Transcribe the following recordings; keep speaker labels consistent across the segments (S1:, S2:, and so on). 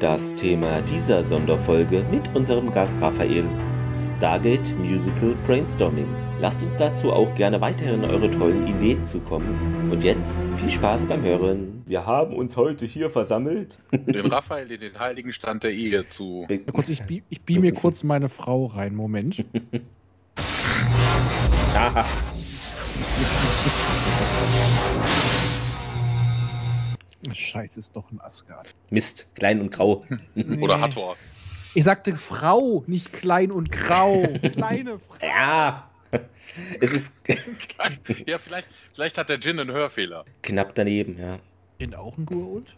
S1: das Thema dieser Sonderfolge mit unserem Gast Raphael. Stargate Musical Brainstorming. Lasst uns dazu auch gerne weiterhin eure tollen Ideen zukommen. Und jetzt viel Spaß beim Hören. Wir haben uns heute hier versammelt.
S2: Dem Raphael in den heiligen Stand der Ehe zu.
S3: Ja, kurz, ich, bi ich biege mir kurz meine Frau rein. Moment.
S1: Aha.
S3: Scheiße, ist doch ein Asgard.
S1: Mist, klein und grau.
S2: Oder Hathor.
S3: Ich sagte Frau, nicht klein und grau. Kleine Frau.
S1: Ja. Es ist
S2: ja, vielleicht, vielleicht hat der Gin einen Hörfehler.
S1: knapp daneben, ja.
S3: Sind auch ein Gurult?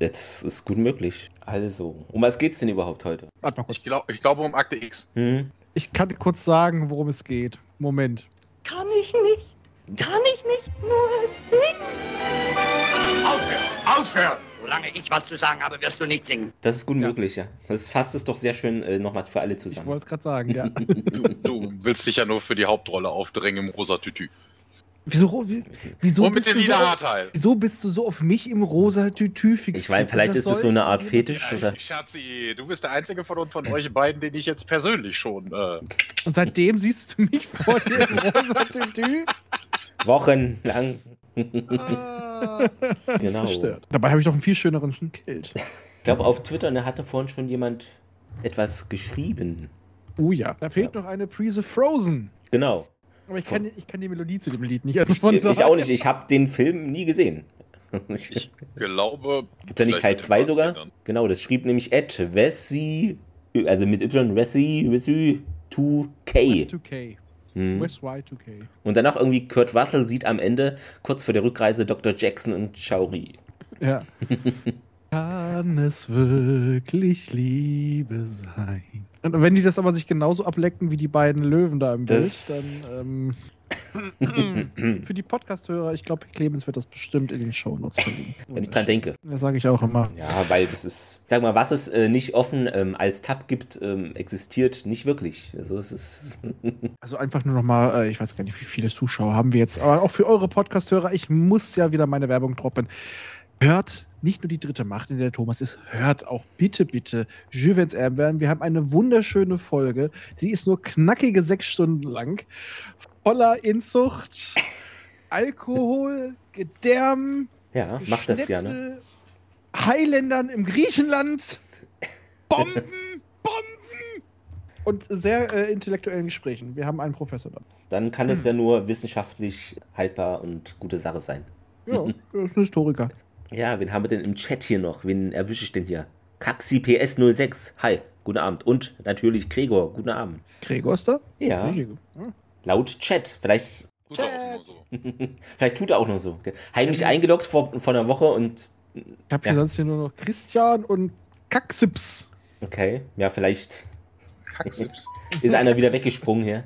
S1: Das ist gut möglich. Also, um was geht's denn überhaupt heute?
S3: Warte mal kurz.
S2: Ich, glaub, ich glaube um Akte X.
S1: Hm?
S3: Ich kann kurz sagen, worum es geht. Moment.
S4: Kann ich nicht. Kann ich nicht nur singen.
S5: Aufhören! Aufhören! Solange ich was zu sagen habe, wirst du nicht singen.
S1: Das ist gut
S3: Ja.
S1: möglich, ja. Das fasst es doch sehr schön äh, nochmal für alle
S3: Ich
S1: zusammen.
S3: wollte es gerade sagen, ja.
S2: Du, du willst dich ja nur für die Hauptrolle aufdrängen im rosa Tütü.
S3: Wieso, wie- wieso,
S2: Und mit
S3: bist
S2: dem
S3: du so, auf-
S2: Liederhaarteil.
S3: wieso bist du so auf mich im rosa Tütü fixiert?
S1: Ich meine, vielleicht ist es so eine Art Fetisch
S2: Ja,
S1: oder.
S2: ich- Schatzi, du bist der einzige von uns, von euch beiden, den ich jetzt persönlich schon. Äh,
S3: Und seitdem siehst du mich vor dir im rosa Tütü?
S1: Wochenlang. genau.
S3: Verstört. Dabei habe ich doch einen viel schöneren Kilt.
S1: Ich glaube, auf Twitter ne, hatte vorhin schon jemand etwas geschrieben.
S3: Oh ja. Da fehlt noch eine Prise Frozen.
S1: Genau.
S3: Aber ich kann, ich kann die Melodie zu dem Lied nicht. Also von
S1: Ich, ich
S3: daher-
S1: auch nicht. Ich habe den Film nie gesehen.
S2: ich glaube.
S1: Gibt ja nicht Teil 2 sogar? Genau, das schrieb nämlich Ed Wessi, also mit Y Wessi, Wessi 2K.
S3: Y2K.
S1: Hm.
S3: West Y2K.
S1: Und danach irgendwie Kurt Russell sieht am Ende, kurz vor der Rückreise, Dr. Jackson und Chauri.
S3: Ja. Kann es wirklich Liebe sein? Und wenn die das aber sich genauso ablecken wie die beiden Löwen da im
S1: Das-
S3: Bild, dann ähm, für die Podcast-Hörer, ich glaube, Clemens wird das bestimmt in den Shownotes verlinken.
S1: Wenn ich dran denke.
S3: Das sage ich auch immer.
S1: Ja, weil das ist. Sag mal, was es äh, nicht offen ähm, als Tab gibt, ähm, existiert nicht wirklich. Also es ist.
S3: Also einfach nur nochmal, äh, ich weiß gar nicht, wie viele Zuschauer haben wir jetzt, aber auch für eure Podcast-Hörer, ich muss ja wieder meine Werbung droppen. Hört nicht nur die dritte Macht, in der Thomas ist, hört auch bitte, bitte Juvens Erben. Wir haben eine wunderschöne Folge. Sie ist nur knackige sechs Stunden lang, voller Inzucht, Alkohol, Gedärm,
S1: ja, macht das gerne.
S3: Schnäpse, Highländern im Griechenland, Bomben, Bomben und sehr äh, intellektuellen Gesprächen. Wir haben einen Professor da.
S1: Dann kann es ja nur wissenschaftlich haltbar und gute Sache sein.
S3: Ja,
S1: Mhm.
S3: das ist ein Historiker.
S1: Ja, wen haben wir denn im Chat hier noch? Wen erwische ich denn hier? Kaxi PS06. Hi, guten Abend. Und natürlich Gregor, guten Abend.
S3: Gregor ist da?
S1: Ja, laut Chat. Vielleicht,
S2: Tut er auch nur so.
S1: vielleicht tut er auch noch so. Heimlich eingeloggt vor, vor einer Woche und.
S3: Ich habe
S1: Ja.
S3: hier sonst hier nur noch Christian und Kaxips.
S1: Okay, ja, vielleicht
S2: Kacksips.
S1: ist einer wieder weggesprungen hier.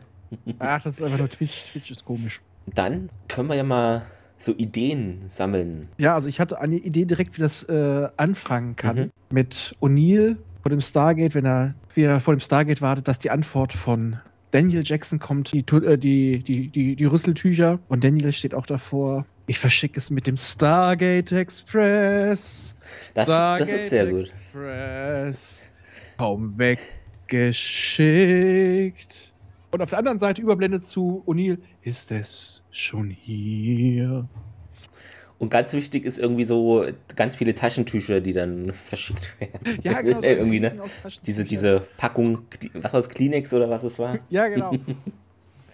S3: Ach, das ist einfach nur Twitch. Twitch ist komisch.
S1: Dann können wir ja mal so Ideen sammeln.
S3: Ja, also ich hatte eine Idee direkt, wie das äh, anfangen kann.
S1: Mhm.
S3: Mit O'Neill vor dem Stargate, wenn er, wie er vor dem Stargate wartet, dass die Antwort von Daniel Jackson kommt, die, Tu- äh, die, die, die, die Rüsseltücher. Und Daniel steht auch davor. Ich verschicke es mit dem Stargate Express.
S1: Das, das
S3: Stargate
S1: ist sehr gut.
S3: Express. Kaum weggeschickt. Und auf der anderen Seite überblendet zu O'Neill. Ist es schon hier?
S1: Und ganz wichtig ist irgendwie so ganz viele Taschentücher, die dann verschickt werden.
S3: so
S1: irgendwie,
S3: die
S1: ne?
S3: aus Taschentüchern.
S1: Diese, diese Packung, was war das, Kleenex oder was es war?
S3: Ja, genau.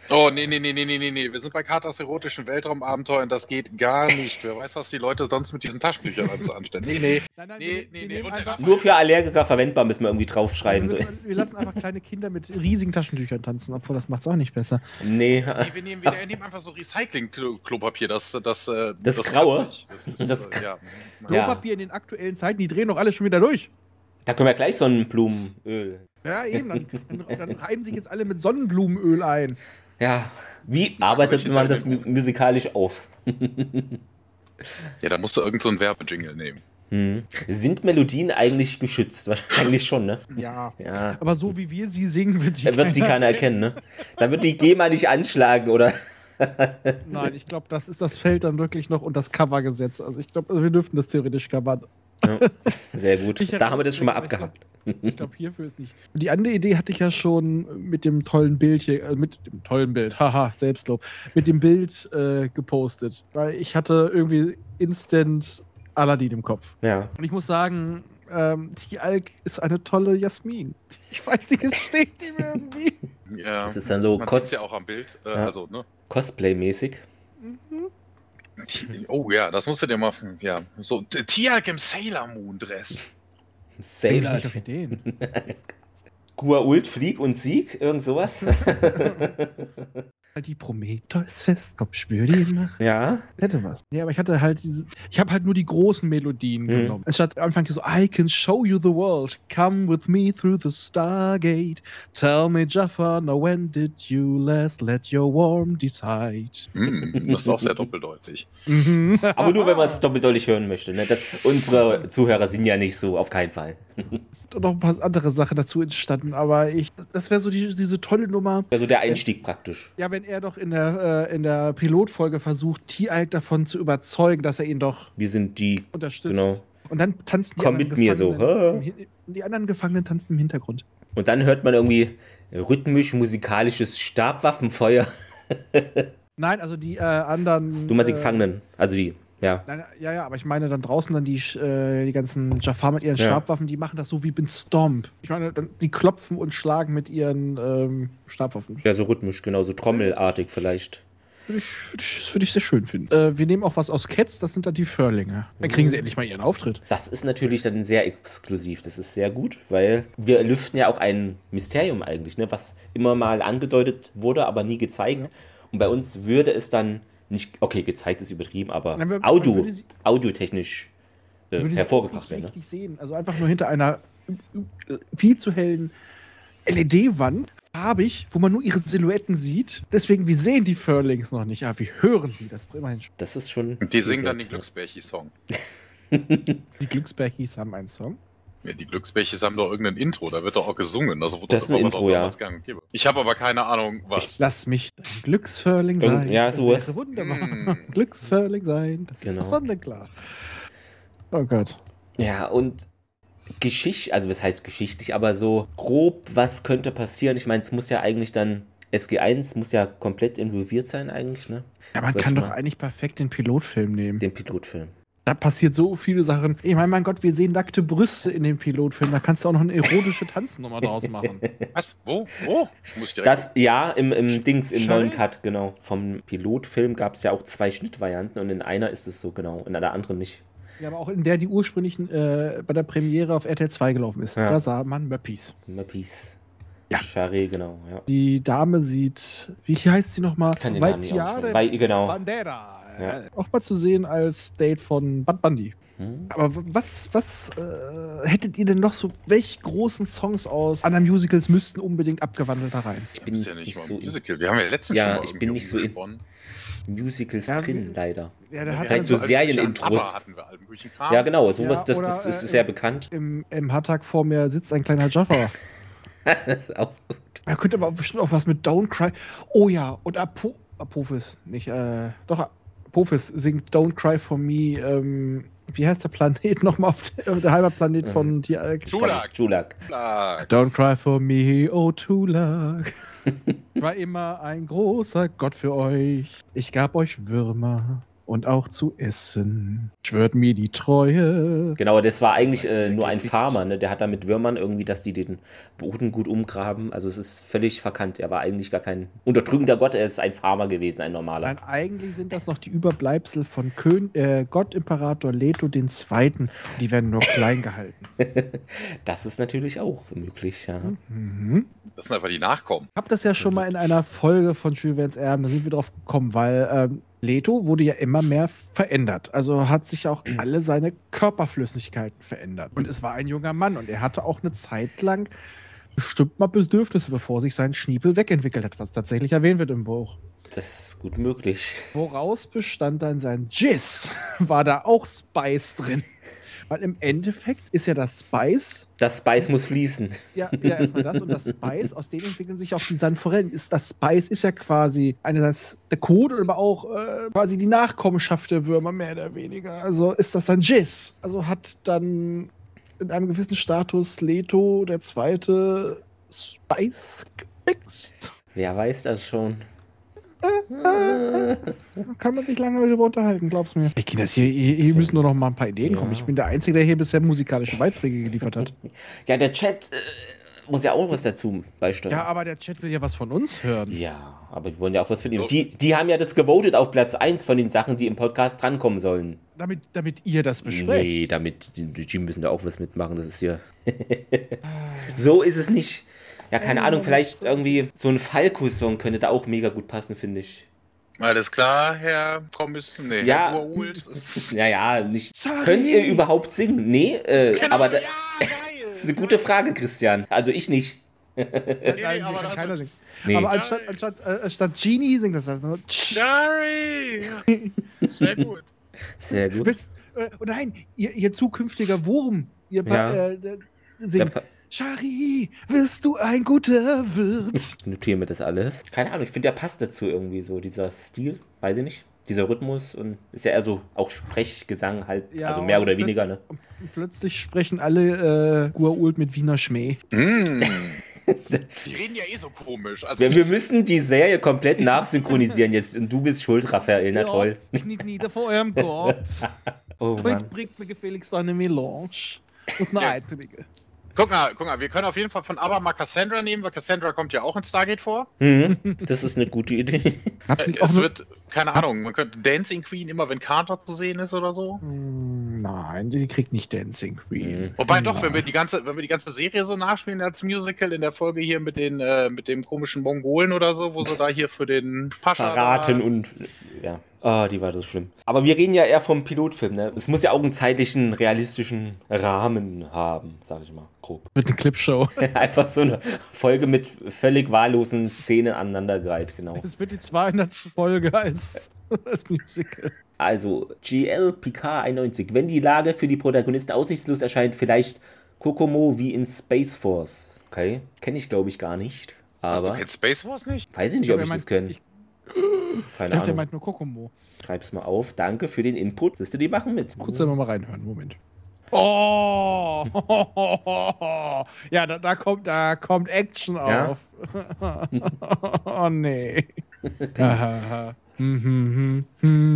S2: Oh, nee, nee, nee, nee, nee, nee, nee. Wir sind bei Katas erotischen Weltraumabenteuern. Das geht gar nicht. Wer weiß, was die Leute sonst mit diesen Taschentüchern alles anstellen. Nee, nee.
S3: Nein, nein,
S2: Nee,
S3: wir-
S2: nee,
S3: wir
S2: nee,
S3: nehmen
S2: und
S3: einfach-
S2: der
S1: Nur für Allergiker verwendbar müssen wir irgendwie draufschreiben. So.
S3: Wir, müssen, wir lassen einfach kleine Kinder mit riesigen Taschentüchern tanzen, obwohl das macht's auch nicht besser.
S1: Nee,
S2: Nee, wir nehmen wieder, wir nehmen einfach so Recycling-Klopapier, das, das, äh,
S1: Das Graue.
S2: kann sich. Das ist,
S1: Das-
S2: äh, ja.
S1: Ja.
S3: Klopapier in den aktuellen Zeiten, die drehen doch alle schon wieder durch.
S1: da können wir gleich Sonnenblumenöl.
S3: Ja, eben, dann, dann, dann reiben sich jetzt alle mit Sonnenblumenöl ein.
S1: Ja. Wie arbeitet
S2: welche
S1: man
S2: Teile
S1: das mu
S2: denn?
S1: musikalisch auf?
S2: ja, da musst du irgendeinen so einen Werbejingle nehmen.
S1: Hm. Sind Melodien eigentlich geschützt? Wahrscheinlich schon, ne?
S3: Ja.
S1: Ja.
S3: Aber so wie wir sie singen, wird sie
S1: Da wird sie keiner erkennen, ne? Da wird die GEMA nicht anschlagen, oder?
S3: Nein, ich glaube, das ist das Feld dann wirklich noch und das Covergesetz. Also ich glaube, also wir dürften das theoretisch covern.
S1: Ja, sehr gut.
S3: Ich hatte
S1: da haben wir das
S3: auch-
S1: schon mal
S3: ich glaub-
S1: abgehakt.
S3: Ich glaube, hierfür ist nicht. Und die andere Idee hatte ich ja schon mit dem tollen Bild hier, äh, mit dem tollen Bild, haha, Selbstlob, mit dem Bild äh, gepostet. Weil ich hatte irgendwie instant Aladdin im Kopf.
S1: Ja.
S3: Und ich muss sagen, ähm, die Alk ist eine tolle Jasmin. Ich weiß nicht, es steht die mir irgendwie.
S2: Ja.
S1: Das ist dann so
S2: Man sieht
S1: Cos
S2: ja auch am Bild. Äh,
S1: Ja.
S2: Also, ne?
S1: Cosplay-mäßig.
S2: Oh ja, das musst du dir mal. Ja. So, T- Tiag im Sailor Moon Dress.
S3: Bin
S1: Sailor.
S3: ich auf Ideen.
S1: Guault, Flieg und Sieg, irgend sowas.
S3: Weil Die Prometheus fest, komm, spür die Nacht.
S1: ja.
S3: Hätte was. Ja, aber ich hatte halt diese, ich habe halt nur die großen Melodien
S1: Mhm.
S3: genommen. Anstatt am Anfang so, I can show you the world, come with me through the Stargate, tell me Jaffa, now when did you last let your warm decide?
S2: Hm, das ist auch sehr doppeldeutig.
S3: Mhm.
S1: Aber nur, wenn man es doppeldeutig hören möchte. Ne? Das, unsere Zuhörer sind ja nicht so, auf keinen Fall.
S3: Und noch ein paar andere Sachen dazu entstanden, aber ich, das wäre so die, diese tolle Nummer,
S1: Also der Einstieg praktisch.
S3: Ja, wenn er doch in der, äh, in der Pilotfolge versucht, T-Alk davon zu überzeugen, dass er ihn doch
S1: Wir sind die.
S3: unterstützt.
S1: Genau.
S3: Und dann tanzen die
S1: Komm
S3: anderen
S1: mit mir so,
S3: Gefangenen
S1: hä?
S3: im Hin- Die anderen Gefangenen tanzen im Hintergrund.
S1: Und dann hört man irgendwie rhythmisch-musikalisches Stabwaffenfeuer.
S3: Nein, also die äh, anderen.
S1: Du meinst die
S3: äh,
S1: Gefangenen. Also die. Ja.
S3: Nein, ja, ja, aber ich meine dann draußen dann die, Sch- äh, die ganzen Jafar mit ihren
S1: Ja.
S3: Stabwaffen, die machen das so wie bin Stomp. Ich meine, dann, die klopfen und schlagen mit ihren ähm, Stabwaffen.
S1: Ja, so rhythmisch, genau, so trommelartig vielleicht.
S3: Würde ich, würde ich, würde ich sehr schön finden. Äh, wir nehmen auch was aus Cats, das sind dann die Förlinge. Dann kriegen
S1: Mhm.
S3: sie endlich mal ihren Auftritt.
S1: Das ist natürlich dann sehr exklusiv. Das ist sehr gut, weil wir lüften ja auch ein Mysterium eigentlich, ne? was immer mal angedeutet wurde, aber nie gezeigt. Und bei uns würde es dann nicht, okay, gezeigt ist übertrieben, aber
S3: Nein, wir- man
S1: Audio,
S3: würde sie-
S1: audiotechnisch äh,
S3: Würde sie
S1: hervorgebracht
S3: auch
S1: werden.
S3: nicht
S1: Ne?
S3: richtig sehen. Also einfach nur hinter einer äh, viel zu hellen LED-Wand, farbig, wo man nur ihre Silhouetten sieht. Deswegen, wir sehen die Furlings noch nicht, aber wir hören sie. Das ist immerhin schon.
S1: Das ist schon.
S2: Die singen dann den
S1: gut, ja.
S2: Glücksbärchi-Song.
S3: Die Glücksbergis haben einen Song.
S2: Ja, die Glücksbärchis haben doch irgendein Intro, da wird doch auch gesungen. Das, wurde
S1: Das
S2: doch-
S1: ist ein
S2: war doch
S1: Intro, ja.
S2: damals gang und gäbe. Ich habe aber keine Ahnung, was.
S3: Lass mich dein Glücksfurling
S1: Irgend-
S3: sein.
S1: ja,
S3: das
S1: sowas.
S3: wäre wunderbar.
S2: Mm.
S3: Glücksfurling sein, das ist
S1: Genau.
S3: doch sonnenklar. Oh Gott.
S1: Ja, und Geschicht, also was heißt geschichtlich, aber so grob, was könnte passieren? Ich meine, es muss ja eigentlich dann. SG1 muss ja komplett involviert sein, eigentlich, ne?
S3: Ja, man
S1: Wollte
S3: kann
S1: ich
S3: doch
S1: mal-
S3: eigentlich perfekt den Pilotfilm nehmen.
S1: Den Pilotfilm.
S3: Da passiert so viele Sachen. Ich meine, mein Gott, wir sehen nackte Brüste in dem Pilotfilm. Da kannst du auch noch eine erotische Tanznummer draus machen.
S2: Was? Wo? Wo? Muss ich direkt.
S1: Das, ja, im, im Dings, im
S3: Schall?
S1: neuen Cut, genau. Vom Pilotfilm gab es ja auch zwei Schnittvarianten und in einer ist es so, genau, in der anderen nicht.
S3: Ja, aber auch in der, die ursprünglich äh, bei der Premiere auf RTL 2 gelaufen ist.
S1: Ja.
S3: Da sah man Möppis.
S1: Immer Peace.
S3: Ja.
S1: Charé, genau, ja.
S3: Die Dame sieht, wie heißt sie nochmal?
S1: Kann den Namen nicht aussprechen. Weil, genau.
S3: Bandera.
S1: Ja.
S3: Äh, Auch mal zu sehen als Date von Bad Bundy.
S1: Hm?
S3: Aber w- was, was äh, hättet ihr denn noch so, welche großen Songs aus anderen Musicals müssten unbedingt abgewandelt da rein?
S1: Ich
S2: Das
S1: bin
S2: ist ja
S1: nicht
S2: nicht mal ein
S1: so in
S2: Musical. Wir haben ja letztens
S1: Ja,
S2: schon mal
S1: ich bin
S2: irgendwie
S1: nicht so in-
S2: rumgesponnen.
S1: Musicals
S3: Ja,
S1: drin,
S3: wie-
S1: leider.
S3: Ja,
S2: Wir
S3: der hat
S2: hatten
S1: dann so
S3: also
S2: als
S1: Serienintros.
S2: Jugendliche an ABBA hatten wir allen möglichen Kram.
S1: Ja, genau, sowas, das,
S3: oder,
S1: das ist
S3: äh,
S1: sehr
S3: im-
S1: bekannt.
S3: im, im Hardtag vor mir sitzt ein kleiner Jaffa.
S1: das ist auch
S3: Er könnte aber auch bestimmt auch was mit Don't Cry. Oh ja, und Apo Apophis, nicht, äh, doch, Apophis singt Don't Cry for Me, ähm, wie heißt der Planet nochmal auf der, der Heimatplanet von die äh,
S2: Schulak.
S1: Julak.
S2: Schulak.
S3: Don't cry for me, oh Tulak. War immer ein großer Gott für euch. Ich gab euch Würmer und auch zu essen. Schwört mir die Treue.
S1: Genau, das war eigentlich äh, nur ein Farmer, ne? Der hat da mit Würmern irgendwie, dass die den Boden gut umgraben. Also es ist völlig verkannt. Er war eigentlich gar kein unterdrückender Gott, er ist ein Farmer gewesen, ein normaler.
S3: Nein, eigentlich sind das noch die Überbleibsel von Kön äh, Gottimperator Leto II. Die werden nur klein gehalten.
S1: Das ist natürlich auch möglich, ja.
S3: Mhm.
S2: Das sind einfach die Nachkommen.
S3: Ich habe das ja schon mal in einer Folge von Jules Verne's Erben, da sind wir drauf gekommen, weil ähm, Leto wurde ja immer mehr verändert. Also hat sich auch alle seine Körperflüssigkeiten verändert. Und es war ein junger Mann und er hatte auch eine Zeit lang bestimmt mal Bedürfnisse, bevor sich sein Schniepel wegentwickelt hat, was tatsächlich erwähnt wird im Buch.
S1: Das ist gut möglich.
S3: Woraus bestand dann sein Jizz? War da auch Spice drin? Weil im Endeffekt ist ja das Spice,
S1: Das Spice muss fließen.
S3: ja, ja erstmal das und das Spice, aus dem entwickeln sich auch die Sanforellen. Ist, das Spice ist ja quasi einerseits der Code, aber auch äh, quasi die Nachkommenschaft der Würmer, mehr oder weniger. Also ist das dann Jizz. Also hat dann in einem gewissen Status Leto, der zweite, Spice gemixt.
S1: Wer weiß das schon?
S3: Kann man sich lange darüber unterhalten, glaub's mir. Ey, Kinders, hier, hier, hier müssen nur noch mal ein paar Ideen
S1: Ja.
S3: kommen. Ich bin der Einzige, der hier bisher musikalische Beiträge geliefert hat.
S1: Ja, der Chat äh, muss ja auch was dazu beisteuern.
S3: Ja, aber der Chat will ja was von uns hören.
S1: Ja, aber wir wollen ja auch was für die.
S2: So.
S1: Die, die haben ja das gewotet auf Platz 1 von den Sachen, die im Podcast drankommen sollen.
S3: Damit, damit ihr das besprecht.
S1: Nee, damit, die, die müssen da auch was mitmachen, das ist ja. so ist es nicht. Ja, keine Ahnung, vielleicht irgendwie so ein Falco-Song könnte da auch mega gut passen, finde ich.
S2: Alles klar, Herr Kommissar. Nee,
S1: Ja.
S2: Herr Urult.
S1: Naja, nicht. Könnt ihr überhaupt singen? Nee, äh, aber da,
S2: ja, geil.
S1: das ist eine gute Frage, Christian. Also ich nicht.
S2: nee,
S3: Nein,
S2: aber
S3: kann
S2: das-
S3: keiner singen.
S1: Nee.
S3: Aber anstatt, anstatt, äh, anstatt Genie singt das das nur.
S2: Sorry. Sehr gut.
S1: Sehr gut.
S3: Bist, äh, oh nein, ihr, ihr zukünftiger Wurm. Ihr ba-
S1: Ja.
S3: äh, der-
S1: Dann
S3: singt.
S1: pa-
S3: Shari, wirst du ein guter Wirt?
S1: Notieren wir das alles. Keine Ahnung, ich finde, der passt dazu irgendwie so, dieser Stil, weiß ich nicht. Dieser Rhythmus und ist ja eher so auch Sprechgesang halt,
S3: Ja,
S1: also mehr
S3: und
S1: oder
S3: plötzlich-
S1: weniger, ne?
S3: Und plötzlich sprechen alle äh, Guault mit Wiener Schmäh.
S2: Mm. Die reden ja eh so komisch. Also
S1: Hm. Wir, wir müssen die Serie komplett nachsynchronisieren jetzt und du bist schuld, Raphael, na toll.
S3: Kniet nieder vor eurem Gott.
S1: Oh Mann.
S3: bringt mir gefälligst eine Melange. Und eine Eitrige.
S2: guck, mal, guck mal, wir können auf jeden Fall von ABBA mal Cassandra nehmen, weil Cassandra kommt ja auch in Stargate vor.
S1: Mhm, das ist eine gute Idee.
S3: Hab's
S2: Äh,
S3: nicht auch
S2: es
S3: nur-
S2: wird, keine Ahnung, man könnte Dancing Queen immer, wenn Carter zu sehen ist oder so.
S3: Mm, Nein, die kriegt nicht Dancing Queen.
S1: Mhm.
S2: Wobei doch, wenn wir die ganze, wenn wir die ganze Serie so nachspielen als Musical in der Folge hier mit den, äh, mit dem komischen Mongolen oder so, wo sie da hier für den Pascha
S1: Verraten
S2: da,
S1: und ja. Ah, die war das schlimm. Aber wir reden ja eher vom Pilotfilm, ne? Es muss ja auch einen zeitlichen, realistischen Rahmen haben, sag ich mal, grob.
S3: Mit einer Clipshow.
S1: Einfach so eine Folge mit völlig wahllosen Szenen aneinandergereiht, genau.
S3: Das wird die 200. Folge als, als Musical.
S1: Also GLPK 91. Wenn die Lage für die Protagonisten aussichtslos erscheint, vielleicht Kokomo wie in Space Force. Okay, kenne ich glaube ich gar nicht.
S2: Was, du
S1: Aber
S2: kennst Space Wars nicht?
S1: weiß ich nicht, ob ich das kenne.
S3: Ich
S1: Keine
S3: dachte, er
S1: Ahnung.
S3: meint nur Kokomo.
S1: Schreib's mal auf. Danke für den Input. Siehst du, die machen mit.
S3: Kurz einmal mal reinhören, Moment. Oh! Ja, da, da, kommt, da kommt Action
S1: Ja?
S3: auf. oh nee. Mhm, Ahaha.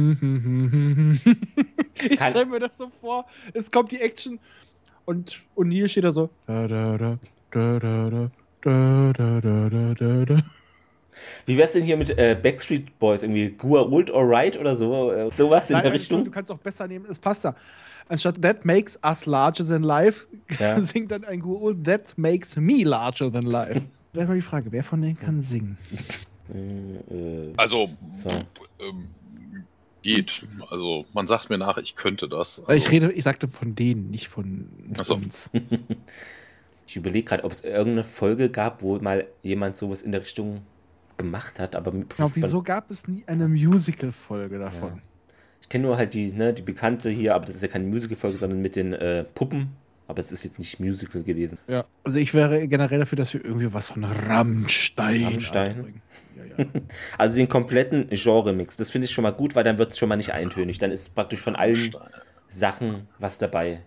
S3: mhm. ich
S1: Kann-
S3: stelle mir das so vor, es kommt die Action und O'Neill steht da so. Da, da, da, da, da, da, da, da, da, da, da, da.
S1: Wie wär's denn hier mit äh, Backstreet Boys? Irgendwie Gua Old Alright oder so? Äh, sowas in
S3: Nein,
S1: der
S3: nein, Du
S1: Richtung?
S3: kannst auch besser nehmen, es passt da. Anstatt That makes us larger than life,
S1: Ja.
S3: singt dann ein Guru That makes me larger than life. Wäre mal die Frage, wer von denen kann singen?
S1: Äh, äh,
S2: Also,
S1: So.
S2: ähm, geht. Also, man sagt mir nach, ich könnte das. Also,
S3: Ich rede, ich sagte von denen, nicht von
S2: Ach so.
S3: uns.
S1: Ich überlege gerade, ob es irgendeine Folge gab, wo mal jemand sowas in der Richtung gemacht hat, aber
S3: Genau, wieso gab es nie eine Musical-Folge davon?
S1: Ja. Ich kenne nur halt die, ne, die bekannte hier, aber das ist ja keine Musical-Folge, sondern mit den äh, Puppen. Aber es ist jetzt nicht Musical gewesen.
S3: Ja. Also ich wäre generell dafür, dass wir irgendwie was von Rammstein.
S1: Rammstein?
S3: anbringen. Ja, ja.
S1: Also den kompletten Genre-Mix. Das finde ich schon mal gut, weil dann wird es schon mal nicht eintönig. Dann ist praktisch von allen Sachen was dabei.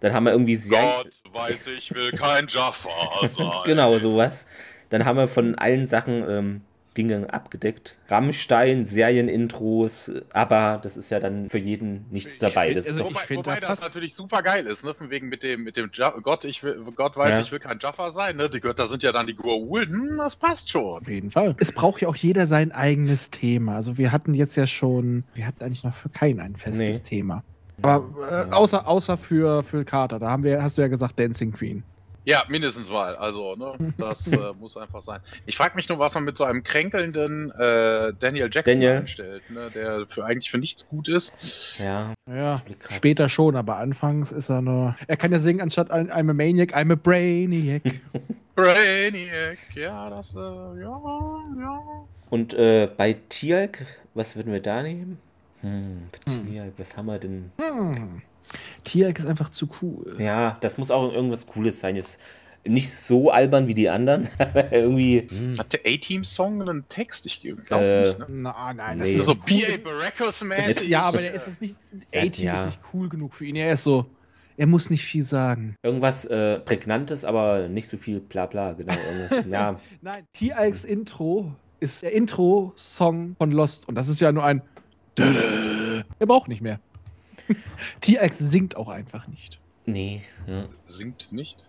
S1: Dann haben wir irgendwie sehr.
S2: Gott weiß, ich will kein Jaffa sein.
S1: Genau, sowas. Dann haben wir von allen Sachen ähm, Dinge abgedeckt. Rammstein, Serienintros, äh, aber das ist ja dann für jeden nichts
S3: Ich
S1: dabei.
S3: find-
S1: Das ist
S3: also
S1: doch,
S2: Wobei,
S3: Ich find,
S2: wobei
S3: da
S2: das
S3: passt-
S2: natürlich super geil ist, ne? Von wegen mit dem, mit dem ja Gott, ich will, Gott weiß,
S1: Ja.
S2: ich will kein Jaffa sein, ne? Die Götter sind ja dann die Gua'ul. Hm, das passt schon.
S3: Auf jeden Fall. Es braucht ja auch jeder sein eigenes Thema. Also wir hatten jetzt ja schon, wir hatten eigentlich noch für keinen ein festes
S1: Nee.
S3: Thema. Aber äh, außer, außer für, für Carter, da haben wir, hast du ja gesagt, Dancing Queen.
S2: Ja, mindestens mal. Also, ne? Das äh, muss einfach sein. Ich frage mich nur, was man mit so einem kränkelnden äh, Daniel Jackson
S1: Daniel.
S2: anstellt, ne? Der für, eigentlich für nichts gut ist.
S1: ja,
S3: Ja.
S1: Blick grad.
S3: Später schon, aber anfangs ist er nur. Er kann ja singen, anstatt ein, I'm a Maniac, I'm a Brainiac.
S2: Brainiac, ja, das, äh, ja, ja.
S1: Und äh, bei Tialk, was würden wir da nehmen? Hm, bei Tialk, was haben wir denn?
S3: Hm. Tierek ist einfach zu cool.
S1: Ja, das muss auch irgendwas Cooles sein. Jetzt nicht so albern wie die anderen, aber irgendwie.
S3: Hm,
S2: Hat der A-Team-Song einen Text? Ich glaube
S1: Hm. Äh,
S2: nicht. Ne?
S3: Na, nein,
S1: Nee.
S2: Das ist so
S3: cool.
S2: P.A. Baracus-mäßig.
S3: Ja, aber der ist es nicht. A-Team
S1: Ja.
S3: ist nicht cool genug für ihn. Er ist so. Er muss nicht viel sagen.
S1: Irgendwas äh, Prägnantes, aber nicht so viel Blabla, genau. Irgendwas. ja,
S3: Nein, T-Ikes Intro ist der Intro-Song von Lost. Und das ist ja nur ein. Er braucht nicht mehr. T-Ikes singt auch einfach nicht.
S1: nee. Ja,
S2: Äh, Singt nicht.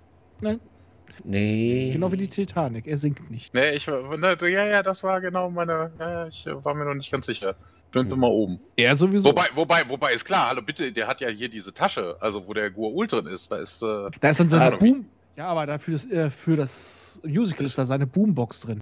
S1: nee.
S3: Genau wie die Titanic. Er singt nicht.
S2: Nee, ich war. ne, Ja, ja, das war genau meine. Ja, ja, ich war mir noch nicht ganz sicher.
S1: Hm.
S2: Bleibt immer oben.
S3: Er sowieso.
S2: Wobei, wobei, wobei ist klar, hallo bitte, der hat ja hier diese Tasche, also wo der Guaul drin ist. Da ist. Äh,
S3: da ist dann
S2: Ah,
S3: seine
S2: okay.
S3: Boom. Ja, aber dafür das, äh, für das Musical ist da seine Boombox drin.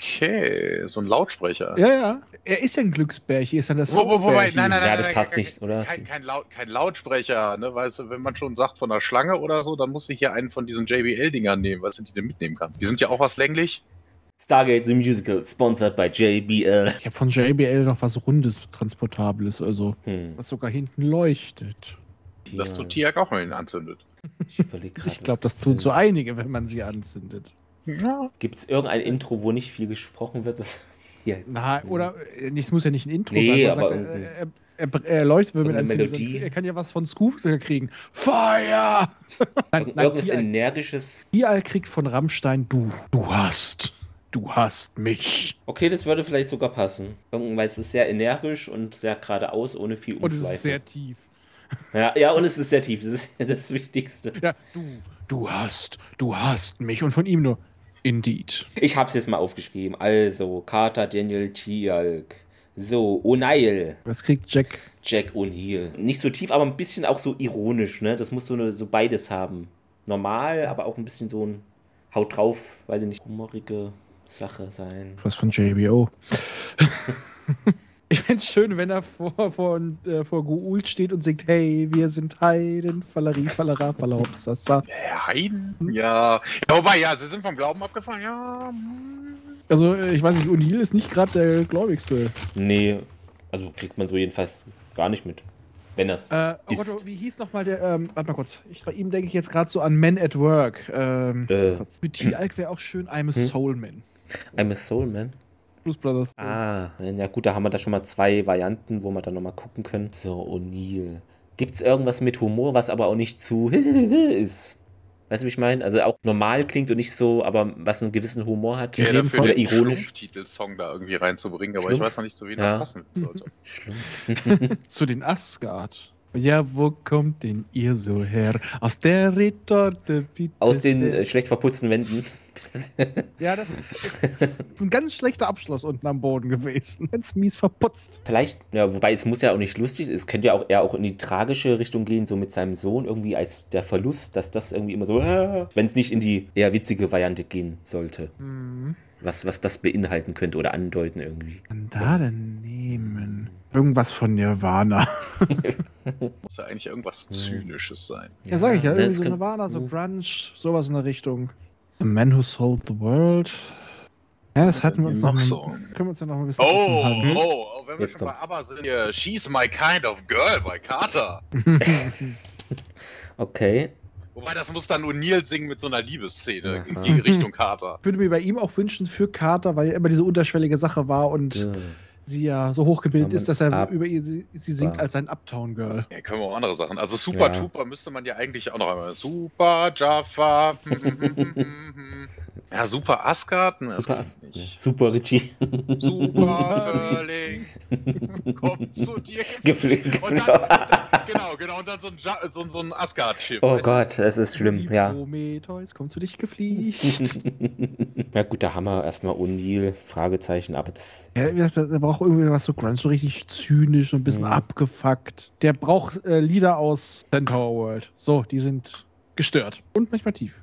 S2: okay, so ein Lautsprecher.
S3: Ja, ja. Er ist ja ein Glücksbärchen. Er ist dann das
S2: Wo, wo, wobei,
S3: Soundbärchen.
S2: nein, nein, nein.
S1: Ja,
S2: nein,
S1: das
S2: nein,
S1: passt
S2: kein,
S1: nicht, oder?
S2: Kein, kein, Laut, kein Lautsprecher, ne? Weißt du, wenn man schon sagt von der Schlange oder so, dann musst du hier einen von diesen JBL-Dingern nehmen, weißt du, die du mitnehmen kannst. Die sind ja auch was länglich.
S1: Stargate the Musical, sponsored by JBL.
S3: Ich habe von JBL noch was Rundes, Transportables, also
S1: Hm.
S3: was sogar hinten leuchtet.
S2: Das tut Tiak auch mal anzündet.
S1: Ich überleg grad,
S3: Ich glaube,
S1: was
S3: das tun
S1: denn-
S3: so einige, wenn man sie anzündet.
S2: Ja.
S1: Gibt es irgendein Intro, wo nicht viel gesprochen wird? Was hier,
S3: Na, oder äh, es muss ja nicht ein Intro
S1: Hm. Nee,
S3: sein. man
S1: aber
S3: sagt, äh, er, er, er leuchtet, wenn man
S1: Irgendeine
S3: anzündet.
S1: Melodie.
S3: und Er kann ja was von Scoop sogar kriegen. Feuer! nein,
S1: irg-
S3: nein,
S1: irgendwas
S3: Tial,
S1: energisches.
S3: Tial kriegt von Rammstein, du, du hast, du hast mich.
S1: Okay, das würde vielleicht sogar passen. Irgend- Weil es ist sehr energisch und sehr geradeaus, ohne viel
S3: Und es ist sehr
S1: Umschweifen.
S3: tief.
S1: Ja, ja, und es ist sehr tief. Das ist das Wichtigste.
S3: Ja, du, du hast, du hast mich. Und von ihm nur, indeed.
S1: Ich hab's jetzt mal aufgeschrieben. Also, Carter, Daniel, Tialk. So, O'Neill,
S3: Was kriegt Jack?
S1: Jack O'Neill. Nicht so tief, aber ein bisschen auch so ironisch, ne? Das muss so, eine, so beides haben. Normal, aber auch ein bisschen so ein Haut drauf, weiß ich nicht, humorige Sache sein.
S3: Was von JBO. ich find's schön, wenn er vor, vor, äh, vor Guul steht und singt, hey, wir sind Heiden, Fallerie, Fallera, Fallahopsassa.
S2: Äh, Heiden?
S1: Hm?
S2: Ja. ja. Wobei, ja, sie sind vom Glauben abgefallen. Ja. hm.
S3: Also, äh, ich weiß nicht, O'Neill ist nicht gerade der Gläubigste.
S1: Nee, also kriegt man so jedenfalls gar nicht mit. Wenn das
S3: Äh, oh
S1: ist.
S3: Gott, wie hieß nochmal der, ähm, warte mal kurz, ich, bei ihm denke ich jetzt gerade so an Men at Work. Ähm,
S1: Äh. Hm.
S3: Mit T-Alk wäre auch schön, I'm a Soul Man.
S1: I'm a Soul Man.
S3: Blues Brothers.
S1: Ah, ja gut, da haben wir da schon mal zwei Varianten, wo wir dann nochmal gucken können. So, O'Neill. Gibt's irgendwas mit Humor, was aber auch nicht zu ist? Weißt du, wie ich meine? Also auch normal klingt und nicht so, aber was einen gewissen Humor hat.
S2: Ja,
S3: jeden
S2: dafür
S1: Fall
S2: den
S1: ironisch.
S2: Schlumpftitelsong da irgendwie reinzubringen, aber
S1: Schlumpf?
S2: ich weiß noch nicht so, wie
S1: Ja. Mhm.
S2: das passen sollte.
S3: Zu den Asgard. Ja, wo kommt denn ihr so her? Aus der Retorte, bitte
S1: Aus den
S3: sehr.
S1: äh, schlecht verputzten Wänden.
S3: Ja, das ist ein ganz schlechter Abschluss unten am Boden gewesen. Ganz mies verputzt.
S1: Vielleicht, ja, wobei es muss ja auch nicht lustig, es könnte ja auch eher auch in die tragische Richtung gehen, so mit seinem Sohn irgendwie als der Verlust, dass das irgendwie immer so, äh, wenn es nicht in die eher witzige Variante gehen sollte, Mhm. was, was das beinhalten könnte oder andeuten irgendwie.
S3: Und da denn nehmen? Irgendwas von Nirvana.
S2: Muss ja eigentlich irgendwas Zynisches sein.
S3: Ja, sag ich ja,
S1: ne,
S3: irgendwie
S1: es
S3: so
S1: kann-
S3: Nirvana, so
S1: Mhm.
S3: Grunge, sowas in der Richtung. The Man Who Sold the World. Ja, das hatten wir uns
S2: Noch
S3: mal-
S2: so.
S3: Können wir uns ja noch ein bisschen. offen
S2: Oh,
S3: halten.
S2: oh, oh, wenn wir
S1: ne? Jetzt
S2: schon
S1: kommt's.
S2: bei ABBA sind, hier, She's My Kind of Girl bei Carter.
S1: Okay.
S2: Wobei, das muss dann O'Neill singen mit so einer Liebesszene
S1: Aha.
S2: gegen Richtung Carter.
S3: Ich würde mir bei ihm auch wünschen für Carter, weil ja immer diese unterschwellige Sache war und
S1: Äh,
S3: sie ja so hochgebildet
S1: Kann
S3: ist,
S1: man
S3: dass er
S1: ab-
S3: über ihr sie, sie singt
S1: war.
S3: als sein Uptown Girl.
S2: Ja, können wir auch andere Sachen. Also Super
S1: Ja.
S2: Trooper müsste man ja eigentlich auch noch einmal. Super Jaffa. hm, hm, hm, hm, hm, hm. ja, Super Asgard. Ne,
S1: Super,
S2: das klingt nicht.
S1: super Richie.
S2: Super Völling. Komm zu dir.
S1: Geflügelt.
S3: Oh,
S2: Und dann, und dann, genau, genau. Und dann so ein, ja so, ein- so ein Asgard-Schiff.
S1: Oh
S2: weißt du?
S1: Gott, das ist schlimm,
S3: Die
S1: ja.
S3: Prometheus kommt zu dich gefliegt.
S1: Ja gut, da haben wir erstmal O'Neill, Fragezeichen, aber das
S3: Ja, wie gesagt, der braucht irgendwie was so Grunge, so richtig zynisch, so ein bisschen
S1: Mhm.
S3: abgefuckt. Der braucht äh, Lieder aus Centaur World. So, die sind gestört. Und manchmal tief.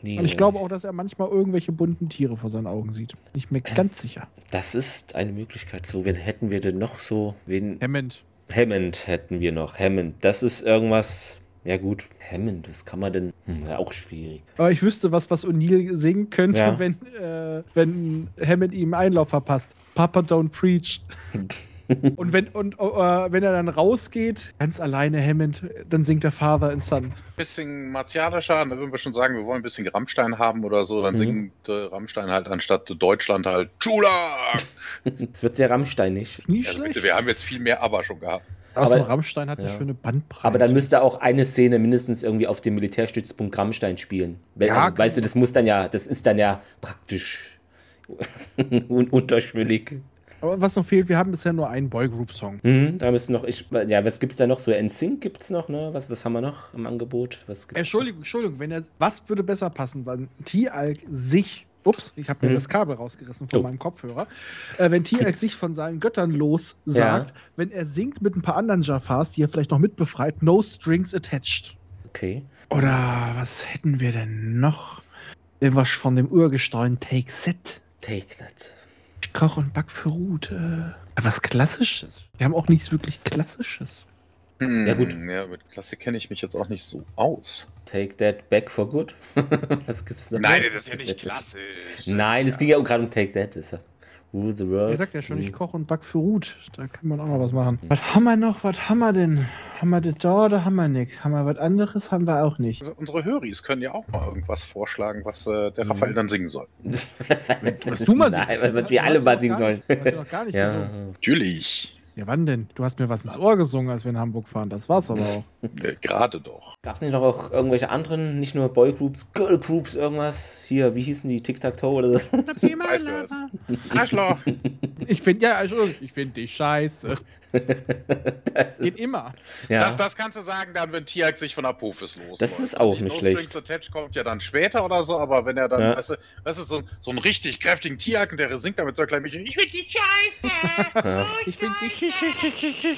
S1: O'Neill.
S3: Und ich glaube auch, dass er manchmal irgendwelche bunten Tiere vor seinen Augen sieht. Nicht mehr ganz sicher.
S1: Das ist eine Möglichkeit. So, wen hätten wir denn noch so? Wen
S3: Hammond.
S1: Hammond hätten wir noch. Hammond. Das ist irgendwas. Ja gut, Hammond, was kann man denn? Hm, ja, auch schwierig.
S3: Aber ich wüsste was, was O'Neill singen könnte,
S1: Ja.
S3: wenn, äh, wenn Hammond ihm Einlauf verpasst. Papa don't preach. Und wenn, und, äh, wenn er dann rausgeht, ganz alleine Hammond, dann singt der Father and Son.
S2: also bisschen martialischer, ne, wenn wir schon sagen, wir wollen ein bisschen Rammstein haben oder so, dann
S6: Mhm.
S2: singt äh, Rammstein halt anstatt Deutschland halt Schula!
S1: Es wird sehr rammsteinig.
S3: Nicht
S2: Also
S3: schlecht.
S2: bitte, wir haben jetzt viel mehr Aber schon gehabt.
S3: Außer
S1: Aber-
S3: Rammstein hat eine
S1: ja.
S3: schöne Bandbreite.
S1: Aber dann müsste auch eine Szene mindestens irgendwie auf dem Militärstützpunkt Rammstein spielen. Weil,
S3: Ja,
S1: also, weißt du, das muss dann ja, das ist dann ja praktisch un unterschwellig.
S3: Aber was noch fehlt, wir haben bisher nur einen Boygroup-Song.
S1: Mhm, da müssen noch, ich, ja, was gibt's da noch? So NSYNC gibt's noch, ne? Was, was haben wir noch im Angebot? Was gibt's
S3: Äh, Entschuldigung, Entschuldigung, wenn er, was würde besser passen, wenn T-Alk sich, ups, ich habe mir
S1: Mhm.
S3: das Kabel rausgerissen von
S1: Oh.
S3: meinem Kopfhörer, äh, wenn T-Alk sich von seinen Göttern los sagt, wenn er singt mit ein paar anderen Jafars, die er vielleicht noch mitbefreit, No Strings Attached.
S1: da? Okay.
S3: Oder was hätten wir denn noch? Irgendwas von dem Urgestein Take Set.
S1: Take that.
S3: Ich koche und back für Rute. Was Klassisches. Wir haben auch nichts wirklich Klassisches.
S2: Hm,
S1: Ja, gut.
S2: Ja, mit Klassik kenne ich mich jetzt auch nicht so aus.
S1: Take that back for good. was gibt's noch?
S2: Nein, das ist ja nicht klassisch.
S1: Nein, es ging ja gerade um Take that. Ist ja. Rule the world.
S3: Er sagt ja schon, ich
S1: Mhm.
S3: koche und back für Ruth. Da kann man auch noch was machen. Was haben wir noch? Was haben wir denn? Haben wir das da oder haben wir nicht? Haben wir was anderes? Haben wir auch nicht.
S2: Also unsere Höris können ja auch mal irgendwas vorschlagen, was äh, der
S1: Mhm.
S2: Raphael dann singen soll.
S1: was,
S3: du mal singen-
S1: Nein, was, was wir alle
S3: du
S1: mal
S3: noch
S1: singen
S3: gar
S1: sollen.
S3: nicht- hast du noch gar nicht
S1: Ja.
S3: gesungen.
S2: Natürlich.
S3: ja, wann denn? Du hast mir was ins Ohr gesungen, als wir in Hamburg waren. Das war's aber auch.
S2: Äh, Gerade doch.
S1: Gab es nicht noch auch irgendwelche anderen, nicht nur Boygroups, Girlgroups, irgendwas? Hier, wie hießen die? Tic-Tac-Toe oder so?
S2: Weiß wer es. Arschloch.
S3: Ich finde, ja, also, ich finde dich scheiße.
S1: Das
S3: Geht
S1: ist,
S3: immer.
S1: ja.
S2: Das, das kannst du sagen, dann, wenn Tiag sich von Apophis los.
S1: Das ist auch nicht schlecht.
S2: No Strings Attached kommt ja dann später oder so, aber wenn er dann,
S1: Ja.
S2: weißt du, das ist so, so ein richtig kräftigen Tiag und der singt damit so ein klein bisschen, ich will die Scheiße.
S1: ja.
S3: Ich finde dich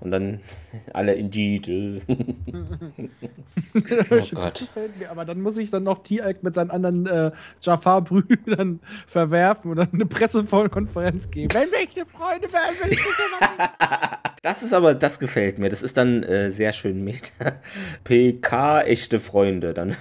S1: Und dann alle Indeed. äh.
S3: scheiße.
S1: Oh Gott.
S3: Das gefällt mir. Aber dann muss ich dann noch T-Alk mit seinen anderen äh, Jafar-Brüdern verwerfen und dann eine Pressekonferenz geben. Wenn wir echte Freunde wären, würde ich
S1: Das ist aber, das gefällt mir. Das ist dann äh, sehr schön mit PK echte Freunde. Dann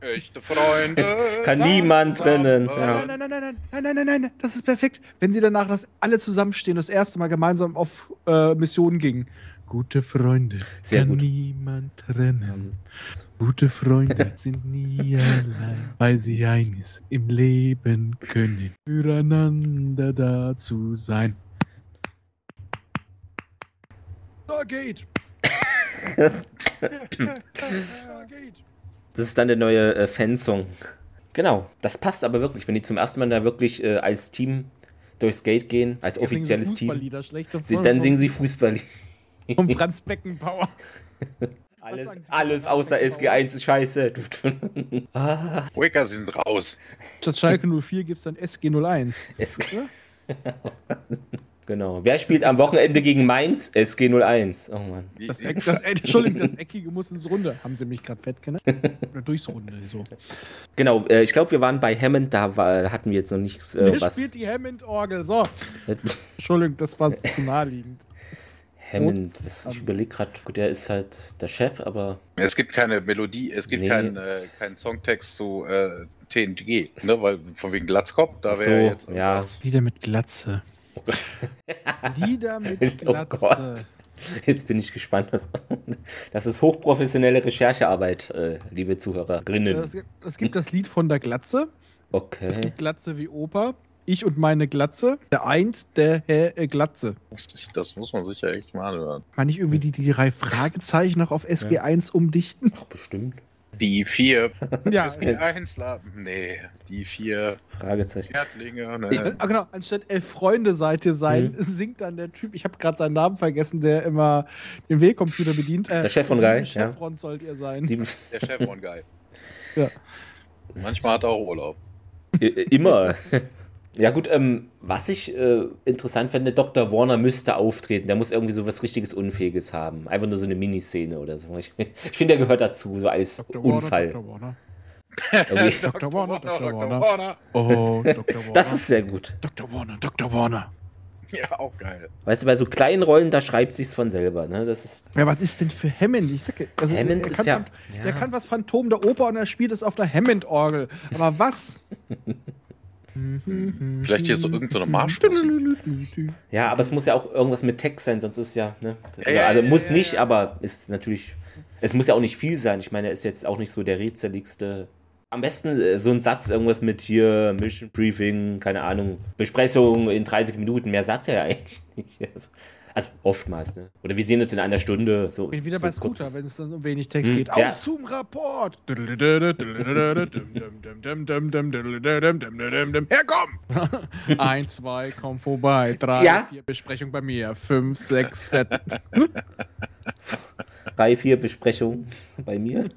S2: Echte Freunde.
S1: kann niemand
S2: zusammen.
S1: trennen.
S3: Nein,
S1: Ja.
S3: nein, nein, nein, nein, nein, nein, nein, nein, nein, das ist perfekt. Wenn sie danach das alle zusammenstehen, das erste Mal gemeinsam auf äh, Mission gingen. Gute Freunde
S1: Sehr
S3: kann
S1: gut.
S3: niemand trennen.
S1: ähm,
S3: Gute Freunde sind nie allein, weil sie eines im Leben können. Füreinander da zu sein. Stargate! Stargate!
S1: Das ist dann der neue äh, Fansong. Genau, das passt aber wirklich, wenn die zum ersten Mal da wirklich äh, als Team durchs Gate gehen, als offizielles Team.
S3: Fußballlieder, schlechte
S1: Sie,
S3: Freunde
S1: dann singen sie Fußball.
S3: vom vom Franz Beckenbauer.
S1: Alles,
S3: sagen Sie?
S1: alles außer SG1 ist scheiße.
S2: Wicker, sie sind raus.
S3: Statt Schalke 04 gibt es dann SG01.
S1: SG. genau. Wer spielt am Wochenende gegen Mainz? SG01. Oh Mann.
S3: Das, Eck, das, Ey, Entschuldigung, das Eckige muss ins Runde. Haben sie mich gerade fett genannt? Oder durchs Runde, so.
S1: Genau, äh, ich glaube, wir waren bei Hammond, da war, hatten wir jetzt noch nichts. Äh,
S3: Wer
S1: was.
S3: spielt die Hammond-Orgel? So, Entschuldigung, das war zu naheliegend.
S1: Hammond, das, ich
S3: Ähm.
S1: überlege gerade, gut, der ist halt der Chef, aber
S2: Es gibt keine Melodie, es gibt
S1: Nee,
S2: keinen äh,
S1: es-
S2: keinen Songtext zu äh, TNG, ne? Weil von wegen Glatzkopf, da
S1: Ach
S2: wäre
S1: so,
S2: jetzt
S1: ja.
S2: irgendwas.
S3: Lieder mit Glatze. Lieder mit
S1: Oh
S3: Glatze.
S1: Gott. jetzt bin ich gespannt. Was, das ist hochprofessionelle Recherchearbeit, äh, liebe Zuhörerinnen.
S3: es, gibt- es gibt das Lied von der Glatze. Es
S1: Okay.
S3: gibt Glatze wie Opa. Ich und meine Glatze. Der Eint, der Herr äh, Glatze.
S2: Muss ich- Das muss man sich ja echt mal anhören.
S3: Kann ich
S1: Hm.
S3: irgendwie die, die drei Fragezeichen noch auf SG1 umdichten?
S1: Ach, bestimmt.
S2: Die vier
S3: Ja,
S2: die Einzler. Nee, die vier
S1: Fragezeichen.
S2: Erdlinge,
S3: Ja,
S2: ne?
S3: ah, genau, anstatt elf Freunde seid ihr
S1: Hm.
S3: sein, singt dann der Typ, ich habe gerade seinen Namen vergessen, der immer den Wegcomputer bedient. Äh,
S1: Der Chef von
S3: sieben
S1: Rai, ja.
S3: Chevron sollt ihr sein.
S1: Sieben,
S2: Der Chevron Guy.
S3: Ja.
S2: Manchmal hat er auch Urlaub.
S1: I- immer. Ja gut, ähm, was ich äh, interessant fände, Dr. Warner müsste auftreten. Der muss irgendwie so was richtiges Unfähiges haben. Einfach nur so eine Miniszene oder so. Ich, ich finde, der gehört dazu, so als Unfall.
S3: Dr. Warner.
S1: Irgendwie.
S3: Dr. Warner, Dr. Warner.
S2: Warner.
S3: Oh, Dr. Warner.
S1: Das ist sehr gut.
S3: Dr. Warner, Dr. Warner.
S2: Ja, auch geil.
S1: Weißt du, bei so kleinen Rollen, da schreibt sich's von selber, ne? Das ist.
S3: Ja, was ist denn für Hammond? Ich sag, ja, also,
S1: Hammond
S3: er
S1: ist
S3: kann
S1: ja-
S3: Phant-
S1: ja.
S3: Der kann was Phantom der Oper und er spielt es auf der Hammond-Orgel. Aber was?
S2: Vielleicht hier so irgendeine so eine Marschmusik.
S1: Ja, aber es muss ja auch irgendwas mit Text sein, sonst ist ja, ne? Oder,
S2: Mhm. ja,
S1: also
S2: ja,
S1: muss
S2: ja,
S1: nicht, aber ist natürlich, es muss ja auch nicht viel sein. Ich meine, er ist jetzt auch nicht so der rätseligste. Am besten äh, so ein Satz, irgendwas mit hier, Mission Briefing, keine Ahnung, Besprechung in 30 Minuten, mehr sagt er ja eigentlich nicht. Also, also oftmals, ne? Oder wir sehen uns in einer Stunde. So,
S3: Bin wieder
S1: so
S3: bei
S1: kurzes-
S3: Scooter, wenn es dann um wenig Text
S1: Hm,
S3: geht.
S1: ja.
S3: Auf zum Rapport! Herkommen! Eins, zwei, komm vorbei. Drei,
S1: Ja.
S3: vier, Besprechung bei mir. Fünf, sechs, fett.
S1: drei, vier Besprechungen bei mir.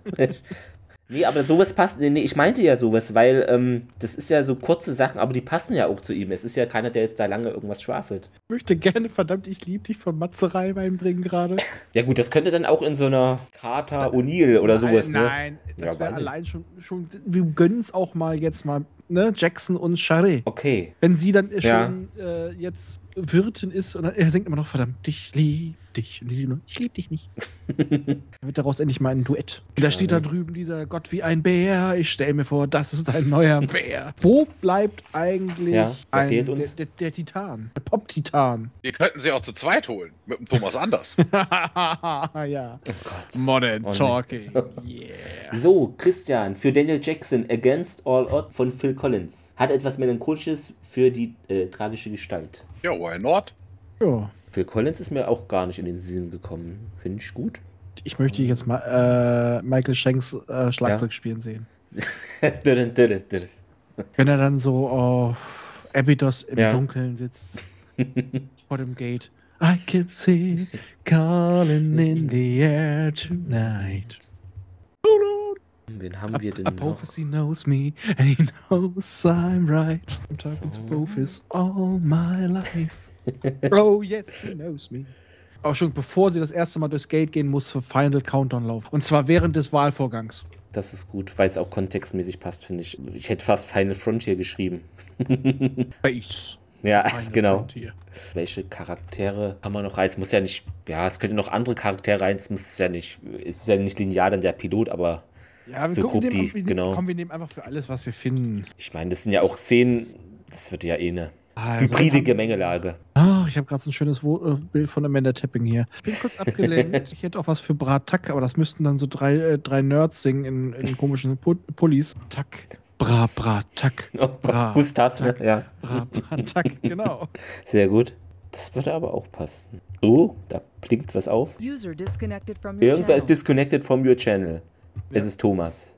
S1: nee, aber sowas passt. Nee, nee, ich meinte ja sowas, weil ähm, das ist ja so kurze Sachen, aber die passen ja auch zu ihm. Es ist ja keiner, der jetzt da lange irgendwas schwafelt.
S3: Ich möchte gerne, verdammt, ich lieb dich von Matzerei reinbringen gerade.
S1: Ja, gut, das könnte dann auch in so einer Carter O'Neill oder sowas, ne?
S3: Nein, das
S1: Ja, weiß
S3: wäre
S1: ich.
S3: allein schon, schon. Wir gönnen es auch mal jetzt mal, ne? Jackson und Charé.
S1: Okay.
S3: Wenn sie dann
S1: Ja.
S3: schon äh, jetzt Wirtin ist und dann, er singt immer noch, verdammt, ich lieb dich. Und sie nur, ich lieb dich nicht. dann wird daraus endlich mal ein Duett. Und da steht
S1: ne?
S3: da drüben dieser Gott wie ein Bär. Ich stell mir vor, das ist ein neuer Bär. Wo bleibt eigentlich
S1: Ja, wer
S3: ein,
S1: fehlt uns?
S3: Der, der, der Titan? Der Pop-Titan.
S2: Wir könnten sie auch zu zweit holen. Mit dem Thomas Anders.
S3: ja.
S1: Oh Gott.
S3: Modern
S1: Oh, nee.
S3: Talking. Yeah.
S1: So, Christian, für Daniel Jackson, Against All Odds von Phil Collins. Hat etwas Melancholisches für die äh, tragische Gestalt.
S2: Ja, why not?
S3: Ja.
S1: Phil Collins ist mir auch gar nicht in den Sinn gekommen. Finde ich gut.
S3: Ich möchte jetzt mal äh, Michael Shanks äh, Schlagzeug spielen sehen.
S1: Dürren, dürren, dürren.
S3: Wenn er dann so auf Abydos im
S1: Ja.
S3: Dunkeln sitzt, vor dem Gate. I can see it calling in the air tonight.
S1: Wen haben
S3: A,
S1: wir denn
S3: a
S1: noch?
S3: prophecy knows me and he knows I'm right. I'm talking
S1: So.
S3: to prophets all my life. oh yes, he knows me. Auch schon bevor sie das erste Mal durchs Gate gehen, muss für Final Countdown laufen. Und zwar während des Wahlvorgangs.
S1: Das ist gut, weil es auch kontextmäßig passt, finde ich. Ich hätte fast Final Frontier geschrieben.
S3: Base.
S1: Ja,
S3: Final
S1: genau.
S3: Frontier.
S1: Welche Charaktere kann man noch rein? Es muss ja nicht, ja, es könnte noch andere Charaktere rein. Es muss ja nicht, es ist ja nicht linear dann der Pilot, aber
S3: Ja, wir
S1: So
S3: gucken
S1: grob
S3: dem,
S1: die,
S3: wir,
S1: genau.
S3: kommen wir nehmen einfach für alles, was wir finden.
S1: ich meine, das sind ja auch Szenen, das wird ja eh eine
S3: Also,
S1: hybride
S3: wir haben-
S1: Gemengelage.
S3: Ah, ich habe gerade so ein schönes Wo äh, Bild von Amanda Tapping hier. Ich bin kurz abgelenkt. ich hätte auch was für Brat Tack, aber das müssten dann so drei, äh, drei Nerds singen in, in komischen Pu Pullis. Tack, Bra, Bra, Tack,
S1: Oh,
S3: Bra,
S1: Gustav, ne?
S3: Tack.
S1: ja,
S3: Bra, Bra, Tack, genau.
S1: sehr gut. Das würde aber auch passen. Oh, da blinkt was auf.
S7: User disconnected from your
S1: Irgendwer ist
S7: channel.
S1: disconnected from your channel. Es ist Thomas.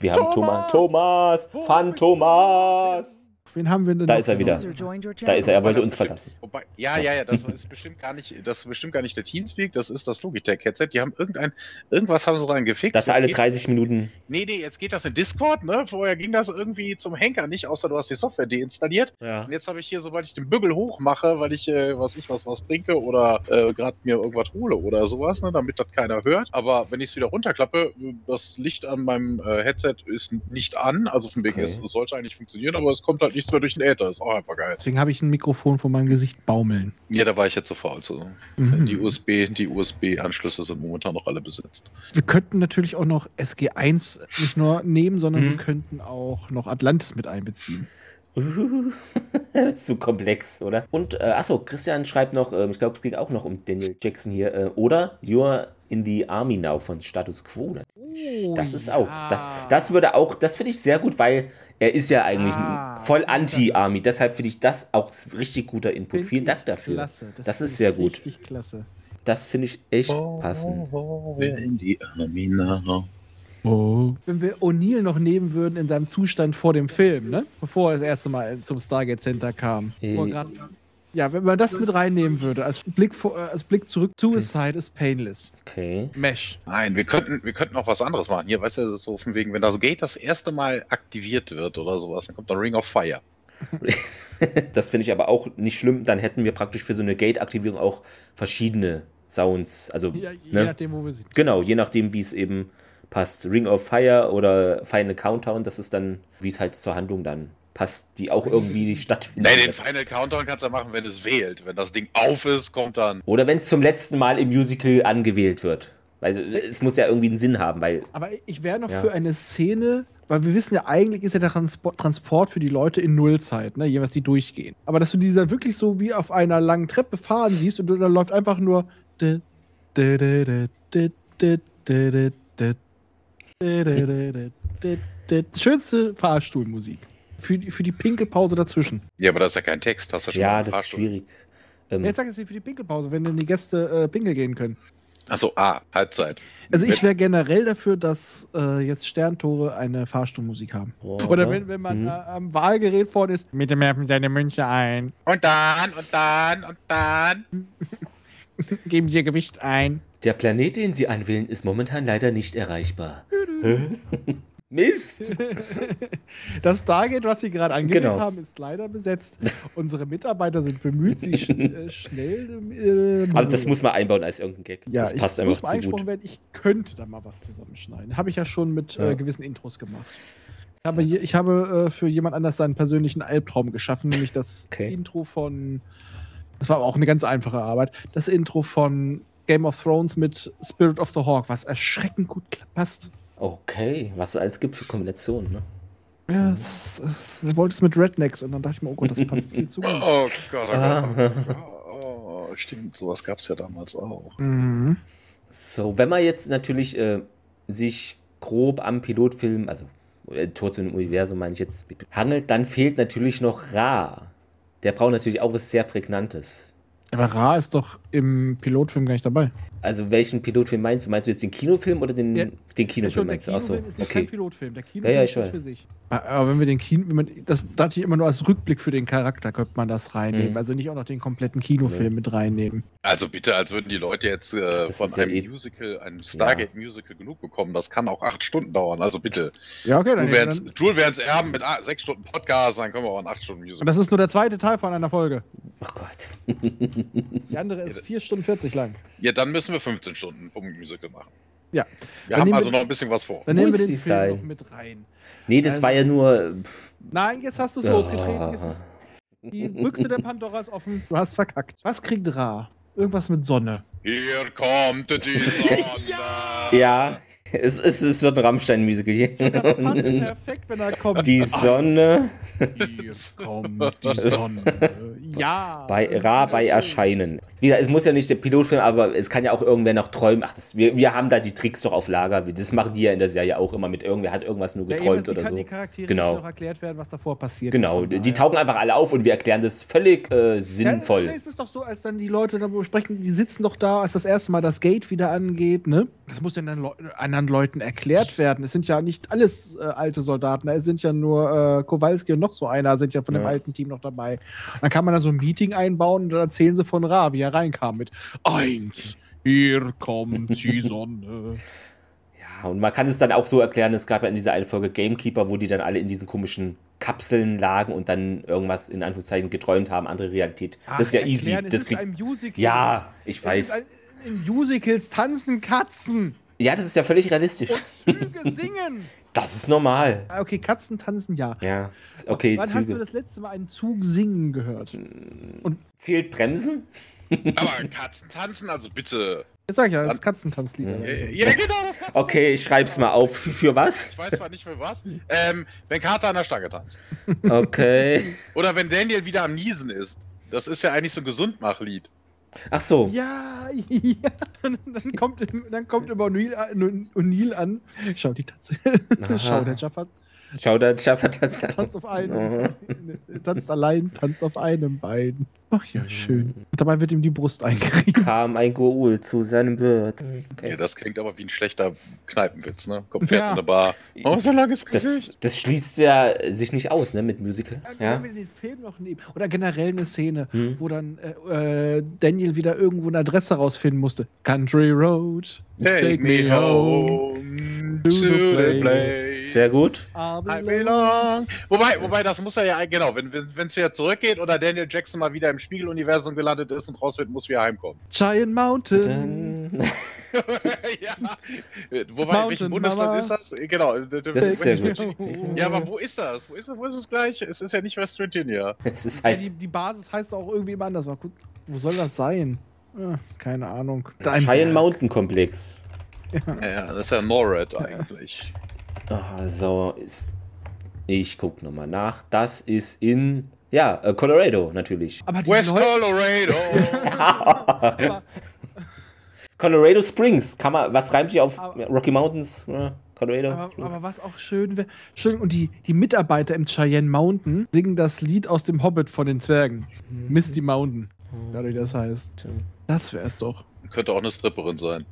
S1: Wir haben Thomas. Thomas!
S3: Thomas!
S1: Fan Thomas!
S3: Wen haben wir denn?
S1: Da
S3: noch?
S1: ist er wieder.
S7: User joined your channel.
S1: Da ist er, er wollte
S2: das
S1: uns
S2: bestimmt-
S1: verlassen.
S2: Wobei, ja, ja, ja, das ist bestimmt gar nicht, das ist bestimmt gar nicht der Teamspeak, das ist das Logitech-Headset. Die haben irgendein, irgendwas haben sie dran gefixt.
S1: Dass er alle
S2: Geht-
S1: 30 Minuten.
S2: Nee, nee, jetzt geht das in Discord, ne? Vorher ging das irgendwie zum Henker nicht, außer du hast die Software deinstalliert.
S1: Ja.
S2: Und jetzt habe ich hier, sobald ich den Bügel hochmache, weil ich, äh, was ich was, was trinke oder äh, gerade mir irgendwas hole oder sowas, ne, damit das keiner hört. Aber wenn ich es wieder runterklappe, das Licht an meinem äh, Headset ist nicht an. Also von wegen,
S1: Okay.
S2: es, es sollte eigentlich funktionieren, aber es kommt halt nichts mehr durch den Äther. Ist auch einfach geil.
S3: Deswegen habe ich ein Mikrofon vor meinem Gesicht baumeln.
S2: Ja, da war ich jetzt zu faul. Also.
S3: Mhm.
S2: Die USB, die USB-Anschlüsse sind momentan noch alle besetzt.
S3: Wir könnten natürlich auch noch SG1 nicht nur nehmen, sondern
S1: Mhm.
S3: wir könnten auch noch Atlantis mit einbeziehen.
S1: Zu komplex, oder? Und, äh, achso, Christian schreibt noch, ähm, ich glaube, es geht auch noch um Daniel Jackson hier, äh, oder? You're in the Army now von Status Quo.
S3: Oh
S1: Das ist auch, das, das würde auch, das finde ich sehr gut, weil er ist ja eigentlich
S3: Ah,
S1: ein voll
S3: das-
S1: Anti-Army. Deshalb finde ich das auch richtig guter Input.
S3: Find
S1: Vielen
S3: ich
S1: Dank dafür.
S3: Klasse.
S1: Das,
S3: find
S1: ist
S3: ich
S1: sehr gut.
S3: Richtig klasse.
S1: Das finde ich echt passend.
S2: Oh, wer in die Army
S1: ne?
S2: now.
S3: Wenn wir O'Neill noch nehmen würden in seinem Zustand vor dem Film, ne? Bevor er das erste Mal zum Stargate Center kam.
S1: Äh.
S3: Wo er grad- Ja, wenn man das mit reinnehmen würde, als Blick, vor, äh, als Blick zurück,
S1: Hm.
S3: Suicide ist painless.
S1: Okay.
S3: Mesh.
S2: Nein, wir könnten, wir könnten auch was anderes machen. Hier, weißt du, das ist so von wegen, wenn das Gate das erste Mal aktiviert wird oder sowas, dann kommt dann Ring of Fire.
S1: Das finde ich aber auch nicht schlimm. Dann hätten wir praktisch für so eine Gate-Aktivierung auch verschiedene Sounds. Also,
S3: Ja, je
S1: ne?
S3: nachdem, wo wir sind.
S1: Genau, je nachdem, wie es eben passt. Ring of Fire oder Final Countdown, das ist dann, wie es halt zur Handlung dann passt, die auch irgendwie stattfindet.
S2: Nein, den Final Countdown kannst du ja machen, wenn es wählt. Wenn das Ding auf ist, kommt dann.
S1: Oder wenn es zum letzten Mal im Musical Also, angewählt wird. Weil es muss ja irgendwie einen Sinn haben, weil
S3: Aber ich wäre noch
S1: Ja.
S3: für eine Szene, Weil wir wissen ja, eigentlich ist ja der Transpo- Transport für die Leute in Nullzeit, ne? jeweils die durchgehen. Aber dass du die dann wirklich so wie auf einer langen Treppe fahren siehst und dann läuft einfach nur. dä, dä, dä, dä, dä, dä, dä, dä, dä, dä, dä, dä, dä, dä, dä. Schönste Fahrstuhlmusik. Für, die- für die Pinkelpause dazwischen.
S2: Ja, aber das ist ja kein Text. Hast du schon mal
S1: Ja, das ist
S2: gefragt?
S1: schwierig. Ähm,
S3: Jetzt sag ich es nicht für die Pinkelpause, wenn denn die Gäste äh, pinkel gehen können.
S2: Achso, ah, Halbzeit.
S3: Also ich wäre generell dafür, dass äh, jetzt Sterntore eine Fahrstuhlmusik haben.
S1: boah,
S3: Oder
S1: ne?
S3: wenn, wenn man
S1: Mhm.
S3: äh, am Wahlgerät vorne ist, mit dem Merken seine Münche ein,
S2: Und dann, und dann, und dann.
S3: geben Sie Ihr Gewicht ein.
S1: Der Planet, den Sie anwählen, ist momentan leider nicht erreichbar. Hä? Mist!
S3: Das Stargate, was Sie gerade angewählt
S1: Genau.
S3: haben, ist leider besetzt. Unsere Mitarbeiter sind bemüht, sie sch äh, schnell. Äh,
S1: Also das muss man einbauen als irgendein Gag.
S3: ja,
S1: das passt
S3: ich, muss
S1: einfach
S3: mal
S1: zu
S3: angesprochen
S1: gut.
S3: Werden. Ich könnte da mal was zusammenschneiden. Habe ich ja schon mit
S1: Ja.
S3: Äh, gewissen Intros gemacht. Ich habe, je, ich habe äh, für jemand anders seinen persönlichen Albtraum geschaffen, nämlich das
S1: Okay.
S3: Intro von. Das war aber auch eine ganz einfache Arbeit. Das Intro von Game of Thrones mit Spirit of the Hawk, was erschreckend gut kla- passt.
S1: Okay, was es alles gibt für Kombinationen, ne?
S3: Ja, das, das, ich wollte es mit Rednecks und dann dachte ich mir, oh Gott, das passt viel zu gut.
S2: Oh Gott, oh Gott.
S1: Ah.
S2: Oh, Gott, oh, oh, stimmt, sowas gab's ja damals auch.
S3: Mhm.
S1: So, wenn man jetzt natürlich äh, sich grob am Pilotfilm, also äh, Tor zum Universum meine ich jetzt, hangelt, dann fehlt natürlich noch Ra. Der braucht natürlich auch was sehr Prägnantes.
S3: Aber Ra ist doch im Pilotfilm gar nicht dabei.
S1: Also welchen Pilotfilm meinst du? Meinst du jetzt den Kinofilm oder den,
S3: Ja.
S1: den Kinofilm meinst du?
S3: der
S1: Achso,
S3: Kinofilm ist nicht kein
S1: okay.
S3: Pilotfilm. Der
S1: Ja,
S3: Kinofilm
S1: ja, ich
S3: ist was
S1: weiß.
S3: für sich. Ah, Aber wenn wir den Kino, wenn man, das dachte ich immer nur als Rückblick für den Charakter, könnte man das reinnehmen.
S1: Mhm.
S3: Also nicht auch noch den kompletten Kinofilm
S1: Nee.
S3: mit reinnehmen.
S2: Also bitte, als würden die Leute jetzt äh,
S1: das
S2: von
S1: ist ja
S2: einem
S1: eh-
S2: Musical, einem Stargate-Musical genug bekommen. Das kann auch acht Stunden dauern. Also bitte.
S3: Ja, okay, dann,
S2: Jule werden's-
S3: dann
S2: Jule werden's erben mit ah, sechs Stunden Podcast, dann können wir auch ein acht Stunden
S3: Und
S2: Musical.
S3: das ist nur der zweite Teil von einer Folge.
S1: Oh Gott.
S3: Die andere ist 4 Stunden 40 lang.
S2: Ja, dann müssen wir 15 Stunden um Musical machen.
S3: Ja.
S2: Wir
S3: Dann
S2: haben
S3: nehmen
S2: also
S3: wir-
S2: noch ein bisschen was vor.
S3: Dann nehmen wir
S1: Muss
S3: den Film
S1: nicht sein.
S3: noch mit rein.
S1: Nee, das
S3: Also-
S1: war ja nur.
S3: Nein, jetzt hast du es
S1: Ja.
S3: losgetreten. Jetzt ist die Büchse der Pandora ist offen. Du hast verkackt. Was kriegt Ra? Irgendwas mit Sonne.
S2: Hier kommt die Sonne.
S1: Ja, es, es, es wird ein Rammstein-Musical
S3: Das passt
S1: hier.
S3: perfekt, wenn er kommt.
S1: Die Sonne
S3: Hier kommt die Sonne. Ja.
S1: bei Ra bei Erscheinen. Wie gesagt, es muss ja nicht der Pilotfilm, aber es kann ja auch irgendwer noch träumen. Ach, das, wir, wir haben da die Tricks doch auf Lager. Wir- Das machen die ja in der Serie auch immer mit irgendwer hat irgendwas nur
S3: Ja,
S1: geträumt
S3: eben,
S1: oder
S3: kann
S1: so.
S3: Die Charaktere
S1: Genau.
S3: müssen noch erklärt werden, was davor passiert.
S1: Genau,
S3: ist. Von
S1: die
S3: daher.
S1: tauchen einfach alle auf und wir erklären das völlig äh,
S3: Ja,
S1: sinnvoll.
S3: Es ist doch so, als dann die Leute da besprechen, die sitzen doch da, als das erste Mal das Gate wieder angeht, ne? Das muss denn dann Leu anderen Leuten erklärt werden. Es sind ja nicht alles äh, alte Soldaten, es sind ja nur äh, Kowalski und noch so einer sind ja von dem
S1: Ja.
S3: alten Team noch dabei. Dann kann man da so ein Meeting einbauen und dann erzählen sie von Ra, wie er reinkam mit eins. Hier kommt die Sonne.
S1: Ja, und man kann es dann auch so erklären, es gab ja in dieser einen Folge Gamekeeper, wo die dann alle in diesen komischen Kapseln lagen und dann irgendwas in Anführungszeichen geträumt haben, andere Realität. das ist ja easy.
S3: erklären, es
S1: Das
S3: ist
S1: krieg-
S3: ein Musical.
S1: ja, ich
S3: Es ist
S1: weiß.
S3: ein- in Musicals tanzen Katzen.
S1: Ja, das ist ja völlig realistisch.
S3: Züge singen.
S1: Das ist normal.
S3: Ah, Okay, Katzen tanzen ja.
S1: Ja. Okay,
S3: Wann hast du
S1: Züge.
S3: das letzte Mal einen Zug singen gehört?
S1: Zählt Bremsen?
S2: Aber Katzen tanzen, also bitte.
S3: Jetzt sag ich ja, das ist Katzentanzlieder.
S2: Äh, Ja, genau, das kann
S1: Okay, ich schreib's mal auf. Für was?
S2: Ich weiß zwar nicht mehr was. Ähm, wenn Carter an der Stange tanzt.
S1: Okay.
S2: Oder wenn Daniel wieder am Niesen ist. Das ist ja eigentlich so ein Gesundmachlied.
S1: Ach so.
S3: Ja, ja. Dann kommt, dann kommt immer O'Neill an, O'Neill an. Schau die Tatze.
S1: Aha.
S3: Schau, der Jaffa
S1: Schau, da Schaffer tanzt.
S3: tanzt auf
S1: Mhm.
S3: einem. tanzt allein, tanzt auf einem Bein. Ach ja, schön. Und dabei wird ihm die Brust eingerieben.
S1: Kam ein Goul zu seinem Wirt.
S2: Ja, das klingt aber wie ein schlechter Kneipenwitz, ne? Kommt Pferd
S3: Ja.
S2: in eine Bar. Oh, so langes Gesicht.
S1: Das, das schließt ja sich nicht aus, ne, mit Musical.
S3: Ja. genau.
S1: Ja.
S3: Wenn wir den Film noch nehmen. Oder generell eine Szene,
S1: Hm.
S3: wo dann äh, äh, Daniel wieder irgendwo eine Adresse rausfinden musste. Country Road,
S2: Take me home to the place.
S1: Sehr gut.
S3: I
S2: I
S3: belong.
S2: belong. Wobei, wobei, das muss er ja, genau, wenn es wenn, wieder zurückgeht oder Daniel Jackson mal wieder im Spiegeluniversum gelandet ist und raus wird, muss wieder heimkommen.
S3: Giant Mountain.
S1: Dann,
S2: ja. Äh, Wobei, in welchem
S3: Mountain
S2: Bundesland
S3: Mama.
S2: ist das? Äh, Genau.
S1: Das ist sehr gut.
S2: Ja, aber wo ist das? Wo ist das, wo ist das gleiche? Es ist ja nicht West Virginia.
S1: es ist
S3: Ja, die,
S1: halt
S3: die Basis heißt auch irgendwie immer anders. Mal gucken, wo soll das sein? Ja, keine Ahnung.
S1: Cheyenne Mountain Komplex.
S2: Ja, das ist ja NORAD eigentlich.
S1: Ah, so, ist. Ich guck nochmal nach. Das ist in. Ja, äh, Colorado natürlich.
S3: Aber die
S2: West
S3: Leute,
S2: Colorado!
S3: aber,
S1: Colorado Springs. Kann man, was reimt sich auf
S3: Aber-
S1: Rocky Mountains? Ja, Colorado.
S3: aber,
S1: Springs.
S3: aber was auch schön wäre, schön, und die, die Mitarbeiter im Cheyenne Mountain singen das Lied aus dem Hobbit von den Zwergen. Misty Mountain,
S1: Oh.
S3: dadurch das heißt. Das wäre es doch.
S2: Könnte auch eine Stripperin sein.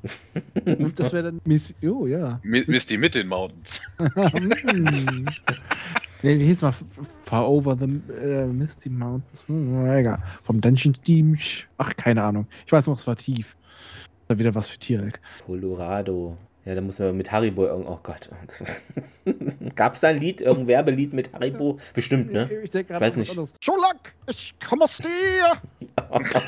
S3: Das wäre dann Miss, oh ja.
S2: Mi- Misty mit den Mountains.
S3: Hm. nee, wie hieß mal? Far over the äh, Misty Mountains. Hm, na, egal. Vom Dungeon Team. Ach, keine Ahnung. Ich weiß noch, es war tief. Da wieder was für Tiere.
S1: Colorado. Ja, da muss man mit Haribo irgend. Oh Gott. Gab es da ein Lied, irgendein Werbelied mit Haribo? Bestimmt, ne?
S3: Ich, denke
S1: Ich weiß nicht.
S3: Schulak, ich komme aus dir.
S1: Oh,
S2: Kannst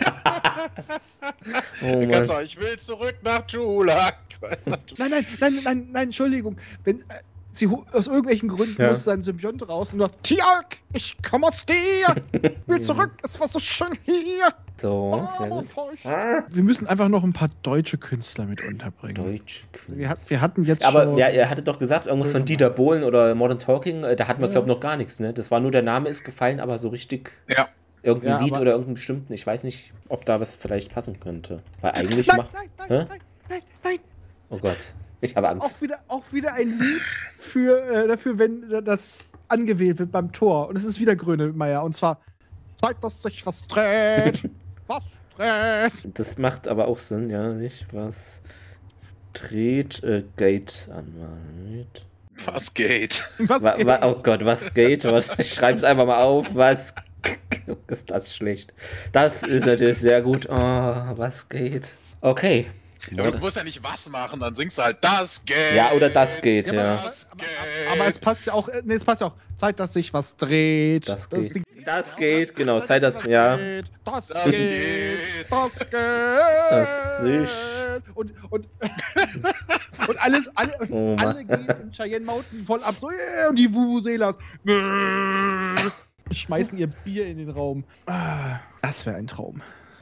S1: Mann.
S2: sagen, ich will zurück nach Chulak.
S3: Nein, nein, nein, nein, nein, Entschuldigung. Wenn, äh, sie ho- aus irgendwelchen Gründen
S1: Ja.
S3: muss sein Symbiont raus und sagt, Tialk, ich komme aus dir. Ich will zurück, es war so schön hier. Ah,
S1: So, Oh, sehr
S3: Oh.
S1: gut. Ah.
S3: Wir müssen einfach noch ein paar deutsche Künstler mit unterbringen.
S1: Deutsch.
S3: Wir, hat, wir hatten jetzt
S1: Aber
S3: schon...
S1: ja, er hatte doch gesagt, irgendwas von Dieter Bohlen oder Modern Talking, äh, da hatten wir,
S3: Ja.
S1: glaube ich, noch gar nichts, ne? Das war nur der Name ist gefallen, aber so richtig
S2: Ja.
S1: irgendein
S3: Ja,
S1: Lied
S3: aber-
S1: oder irgendeinen bestimmten. Ich weiß nicht, ob da was vielleicht passen könnte. Weil eigentlich
S3: nein,
S1: macht.
S3: nein, nein,
S1: Hä?
S3: nein, nein, nein.
S1: Oh Gott, ich habe
S3: Auch
S1: Angst.
S3: wieder, auch wieder ein Lied für, äh, dafür, wenn äh, das angewählt wird beim Tor. Und es ist wieder Grönemeyer. Und zwar, Zeit, dass sich was dreht. was dreht.
S1: Das macht aber auch Sinn, ja, nicht? Was dreht äh, Gate an? Warte.
S2: Was geht?
S3: Was
S1: Wa
S3: geht?
S1: wa oh Gott, was geht? Was? Ich schreib's einfach mal auf. Was ist das schlecht? Das ist natürlich sehr gut. Oh, was geht? Okay.
S2: Ja, aber du musst ja nicht was machen, dann singst du halt das geht.
S1: Ja, oder das geht,
S3: aber-
S1: ja.
S3: aber, aber, aber es passt ja auch, äh, nee, es passt ja auch. Zeit, dass sich was dreht.
S1: Das geht.
S3: Ding-
S1: Das geht, genau. Zeit, dass- ja.
S3: geht. Das,
S2: Das
S3: geht.
S2: geht.
S3: Das geht.
S1: Das ist-
S3: Und, und, und alles, alle, und
S1: Oh Mann.
S3: alle gehen in Cheyenne Mountain voll ab. So, äh, und die Vuvuzelas schmeißen ihr Bier in den Raum. Ah, Das wäre ein Traum.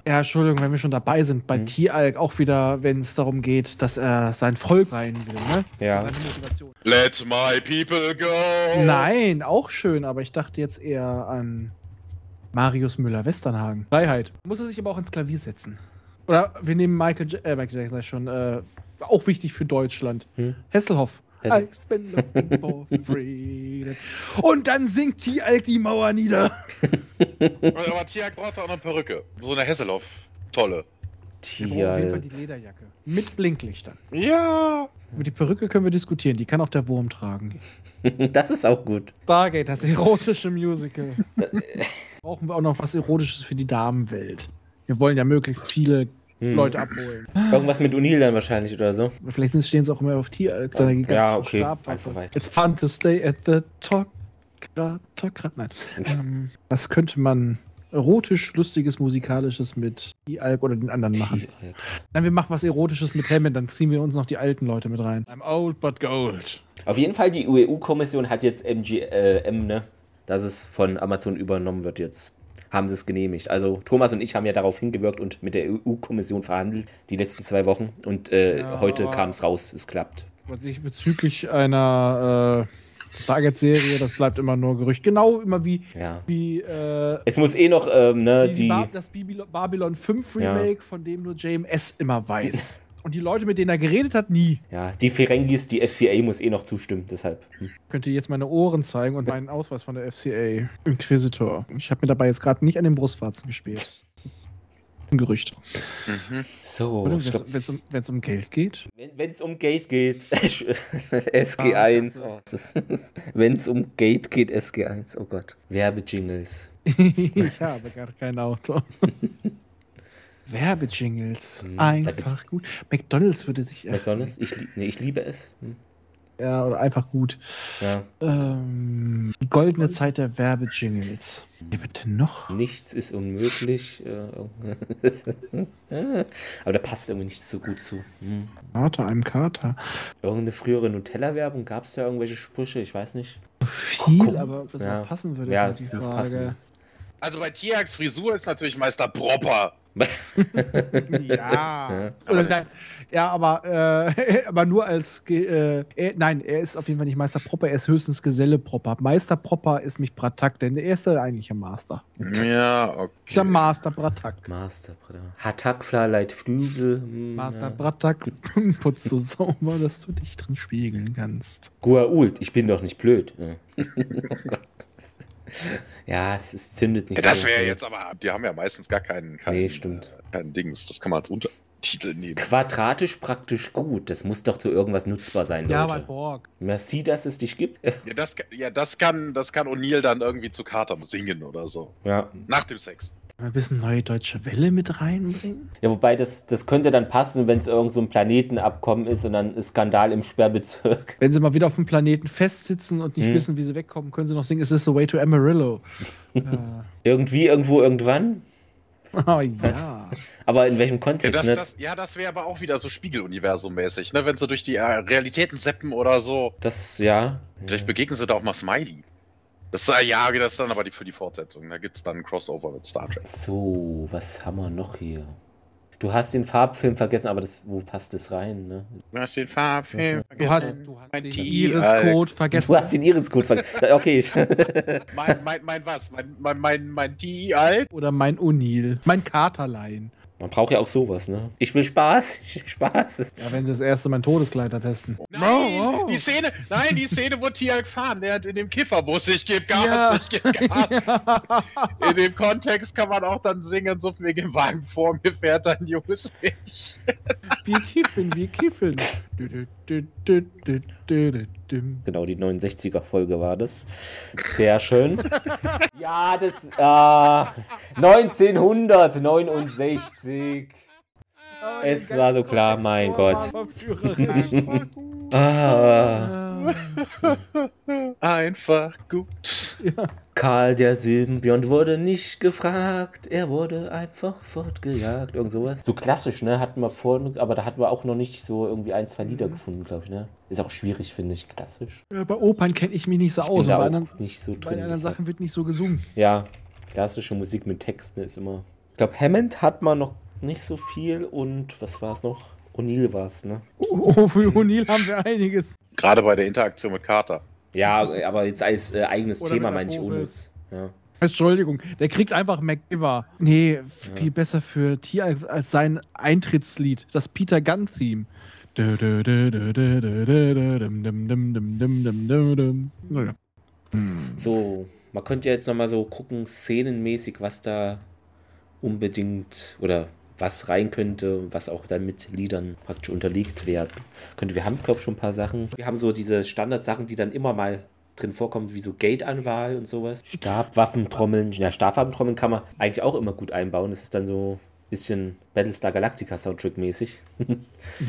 S3: Ja, Entschuldigung, wenn wir schon dabei sind, bei
S1: Mhm.
S3: T-Alk auch wieder, wenn es darum geht, dass er sein Volk rein will, ne?
S1: Ja.
S3: Seine Motivation.
S2: Let my people go.
S3: Nein, auch schön, aber ich dachte jetzt eher an Marius Müller-Westernhagen. Freiheit. Muss er sich aber auch ins Klavier setzen. Oder wir nehmen Michael, ja äh, Michael Jackson sag ich schon, äh, auch wichtig für Deutschland.
S1: Hm.
S3: Hesselhoff.
S1: Hessel-
S3: I've been looking for freedom. Und dann sinkt die Alk die Mauer nieder.
S2: Aber Tiag braucht auch eine Perücke. So eine Hesselhoff. Tolle.
S3: Wir brauchen Oh, auf jeden
S1: Tial.
S3: Fall die Lederjacke. Mit Blinklichtern.
S2: Ja.
S3: Über die Perücke können wir diskutieren. Die kann auch der Wurm tragen.
S1: Das ist auch gut.
S3: Stargate, das erotische Musical. Brauchen wir auch noch was Erotisches für die Damenwelt. Wir wollen ja möglichst viele
S1: Hm.
S3: Leute abholen.
S1: Irgendwas mit Unil dann wahrscheinlich oder so.
S3: Vielleicht sind- stehen sie auch immer auf Tier. Seiner gigantischen
S1: Ja, okay.
S3: Stabwaffe.
S1: Einfach weiter.
S3: It's fun to stay at the top. Tokrat, nein. ähm, was könnte man erotisch, lustiges, musikalisches mit die Alk oder den anderen machen?
S1: Tial.
S3: Nein, wir machen was Erotisches mit Hammond, dann ziehen wir uns noch die alten Leute mit rein. I'm old but gold.
S1: Auf jeden Fall, die EU-Kommission hat jetzt MGM, äh, M, ne? Dass es von Amazon übernommen wird jetzt. Haben sie es genehmigt. Also Thomas und ich haben ja darauf hingewirkt und mit der EU-Kommission verhandelt die letzten zwei Wochen. Und äh,
S3: Ja,
S1: heute
S3: aber-
S1: kam es raus, es klappt.
S3: Was ich bezüglich einer äh, Stargate-Serie, das bleibt immer nur Gerücht. Genau immer wie,
S1: Ja.
S3: wie äh,
S1: Es muss eh noch, ähm, ne,
S3: die,
S1: die.
S3: Ba- das Bibi- Babylon 5
S1: Ja.
S3: Remake, von dem nur JMS immer weiß. Und die Leute, mit denen er geredet hat, nie.
S1: Ja, die Ferengis, die FCA muss eh noch zustimmen, deshalb. Hm.
S3: Könnt ihr jetzt meine Ohren zeigen und meinen Ausweis von der FCA. Inquisitor. Ich habe mir dabei jetzt gerade nicht an den Brustwarzen gespielt. Das ist ein Gerücht.
S1: So,
S3: Oder?
S1: Oh, ich glaub,
S3: Wenn es um, wenn's um Geld geht.
S1: wenn es um Gate geht, SG1. Oh, wenn es um Gate geht, SG1. Oh Gott. Werbejingles.
S3: ich habe gar kein Auto. Werbejingles.
S1: Hm.
S3: Einfach gut. McDonalds würde sich. äh,
S1: McDonalds? Ich, lieb- nee, ich liebe es. Hm.
S3: Ja, oder einfach gut.
S1: Ja.
S3: Ähm, die goldene Zeit der Werbejingles. Ja, bitte noch.
S1: Nichts ist unmöglich. äh, Aber da passt irgendwie nichts so gut zu. Hm.
S3: Kater, einem Kater.
S1: Irgendeine frühere Nutella-Werbung? Gab es da irgendwelche Sprüche? Ich weiß nicht.
S3: Viel,
S1: guck.
S3: aber ob das
S1: Ja.
S3: mal passen würde,
S1: Ja,
S3: ist halt
S1: das
S3: die
S1: muss
S3: Frage.
S1: passen.
S2: Also bei Tiags Frisur ist natürlich Meister Propper.
S3: Ja.
S2: Aber-
S3: Oder nein. Ja, aber, äh, aber nur als. Ge äh, er, nein, er ist auf jeden Fall nicht Meister Proper, er ist höchstens Geselle Proper. Meister Proper ist nicht Bratak, denn er ist der eigentliche Master.
S2: Ja, okay.
S3: Der Master Bratak.
S1: Master, Bruder. Hatakfla leit Flügel. hm,
S3: Master
S1: ja.
S3: Bratak putzt so sauber, dass du dich drin spiegeln kannst.
S1: Guault, ich bin doch nicht blöd. Ja, ja es, es zündet nicht.
S2: Das
S1: so.
S2: wäre jetzt aber. Die haben ja meistens gar keinen. keinen
S1: Nee, stimmt.
S2: Äh, keinen Dings. Das kann man als Untertitel nehmen.
S1: Quadratisch praktisch gut. Das muss doch zu irgendwas nutzbar sein,
S3: Ja, bei
S1: Leute.
S3: Borg.
S1: Merci, dass es dich gibt.
S2: Ja, das, kann- ja, das kann, das kann O'Neill dann irgendwie zu Carter singen oder so.
S1: Ja.
S2: Nach dem Sex.
S3: Ein bisschen neue deutsche Welle mit reinbringen.
S1: Ja, wobei das, das könnte dann passen, wenn es irgend so ein Planetenabkommen ist und dann ist Skandal im Sperrbezirk.
S3: Wenn sie mal wieder auf dem Planeten festsitzen und nicht
S1: Hm.
S3: wissen, wie sie wegkommen, können sie noch singen: Is this the way to Amarillo? äh,
S1: Irgendwie, irgendwo, irgendwann.
S3: oh ja.
S1: Aber in welchem
S2: Ja,
S1: Kontext?
S2: das,
S1: ne?
S2: das, ja, das wäre aber auch wieder so Spiegeluniversum-mäßig, ne? Wenn sie durch die äh, Realitäten seppen oder so.
S1: das ja.
S2: Vielleicht begegnen sie da auch mal Smiley. Das ist, äh, ja, das ist dann aber die, für die Fortsetzung. Da gibt es dann ein Crossover mit Star Trek.
S1: So, was haben wir noch hier? Du hast den Farbfilm vergessen, aber das, wo passt das rein? Ne?
S2: Du hast den Farbfilm
S3: Du hast, du hast
S2: Mein
S3: den
S2: Tee,
S3: Iris-Code
S1: Du
S3: vergessen.
S1: hast den Iris-Code vergessen. Okay, ich,
S2: Mein, mein, mein was? Mein, mein, mein, mein DI alt?
S3: Oder mein O'Neill. Mein Katerlein.
S1: man braucht ja auch sowas, ne? Ich will Spaß, ich will Spaß.
S3: Ja, wenn sie das erste Mal einen Todeskleider testen.
S2: Nein,
S3: Oh, oh.
S2: die Szene, nein, die Szene, wo Tiag fahren, der hat in dem Kifferbus, ich geb Gas,
S3: Ja.
S2: ich geb Gas. In dem Kontext kann man auch dann singen, so mir im Wagen vor mir fährt ein junges Mädchen.
S3: Wir kiffen, wir kiffen. Dü, dü, dü, dü, dü, dü, dü, dü.
S1: Genau, die 69er-Folge war das. Sehr schön. Ja, das. Äh, 1969. Es war so klar, mein Gott. Ah,
S2: Einfach gut.
S1: Karl der Symbiont wurde nicht gefragt, er wurde einfach fortgejagt, irgend sowas. So klassisch, ne? Hatten wir vorhin, aber da hatten wir auch noch nicht so irgendwie ein, zwei
S3: Mhm.
S1: Lieder gefunden, glaube ich, ne? Ist auch schwierig, finde ich, klassisch.
S3: Ja, Äh, bei Opern kenne ich mich nicht so
S1: Ich
S3: aus.
S1: bin
S3: Und bei
S1: da
S3: anderen,
S1: auch nicht so
S3: bei
S1: drin.
S3: anderen
S1: deshalb-
S3: Sachen wird nicht so gesungen.
S1: Ja, klassische Musik mit Texten ist immer. Ich glaube, Hammond hat man noch nicht so viel und was war es noch? O'Neill war es, ne?
S3: Oh, oh, für O'Neill haben wir einiges.
S2: Gerade bei der Interaktion mit Carter.
S1: Ja, aber jetzt als äh, eigenes
S3: Oder
S1: Thema
S3: mit
S1: meine ich
S3: Apophis.
S1: unnütz. Ja.
S3: Entschuldigung, der kriegt einfach MacGyver. Nee, viel besser für T als sein Eintrittslied, das Peter Gunn-Theme. Dö, dö, dö, dö, dö, dö, dö, dö, dum, dum, dum, dum, dum, dum, dum, dum. Naja.
S1: So, man könnte ja jetzt nochmal so gucken, szenenmäßig, was da unbedingt oder was rein könnte, was auch dann mit Liedern praktisch unterlegt werden könnte. Wir haben, glaube ich, schon ein paar Sachen. Wir haben so diese Standardsachen, die dann immer mal drin vorkommen, wie so Gate-Anwahl und sowas. Stabwaffentrommeln, ja, Stabwaffentrommeln kann man eigentlich auch immer gut einbauen. Das ist dann so ein bisschen Battlestar Galactica Soundtrack-mäßig.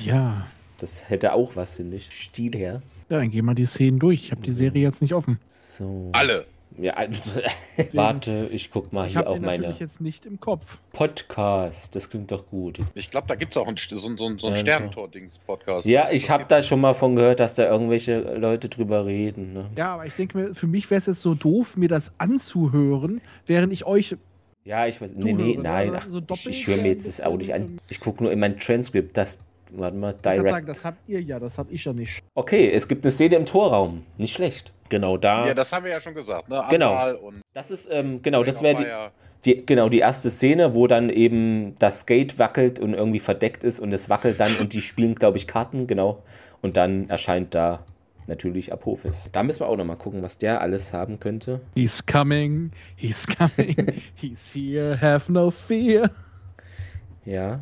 S3: Ja.
S1: Das hätte auch was, finde ich. Stil her.
S3: Ja, dann geh mal die Szenen durch. Ich habe die Serie jetzt nicht offen.
S1: So.
S2: Alle.
S1: Ja, warte, ich guck mal
S3: Ich
S1: hier
S3: habe
S1: auf
S3: den
S1: meine.
S3: natürlich jetzt nicht im Kopf.
S1: Podcast, das klingt doch gut. Jetzt-
S2: Ich glaube, da gibt es auch ein, St- so, ein- so, ein- so ein
S1: Ja,
S2: Sternentor-Dings-Podcast.
S1: Ja, ich habe da schon mal von gehört, dass da irgendwelche Leute drüber reden. Ne?
S3: Ja, aber ich denke mir, für mich wäre es jetzt so doof, mir das anzuhören, während ich euch.
S1: Ja, ich weiß. Nee, nee,
S3: Zuhörer,
S1: nein.
S3: oder?
S1: Ach,
S3: äh, So
S1: ich ich
S3: doppelt
S1: höre mir
S3: werden
S1: jetzt das auch nicht an.
S3: bestimmt.
S1: Ich gucke nur in mein Transkript, das. Warte mal,
S3: Ich kann sagen,
S1: Direct.
S3: das habt ihr ja, das hab ich ja nicht.
S1: Okay, es gibt eine Szene im Torraum. Nicht schlecht. Genau, da.
S2: Ja, das haben wir ja schon gesagt, ne?
S1: Genau.
S2: Anwahl Und
S1: das ist, ähm, genau, das wäre die,
S2: Ja,
S1: die, genau, die erste Szene, wo dann eben das Gate wackelt und irgendwie verdeckt ist und es wackelt dann und die spielen, glaube ich, Karten, genau. Und dann erscheint da natürlich Apophis. Da müssen wir auch nochmal gucken, was der alles haben könnte.
S3: He's coming, he's coming, he's here, have no fear.
S1: Ja.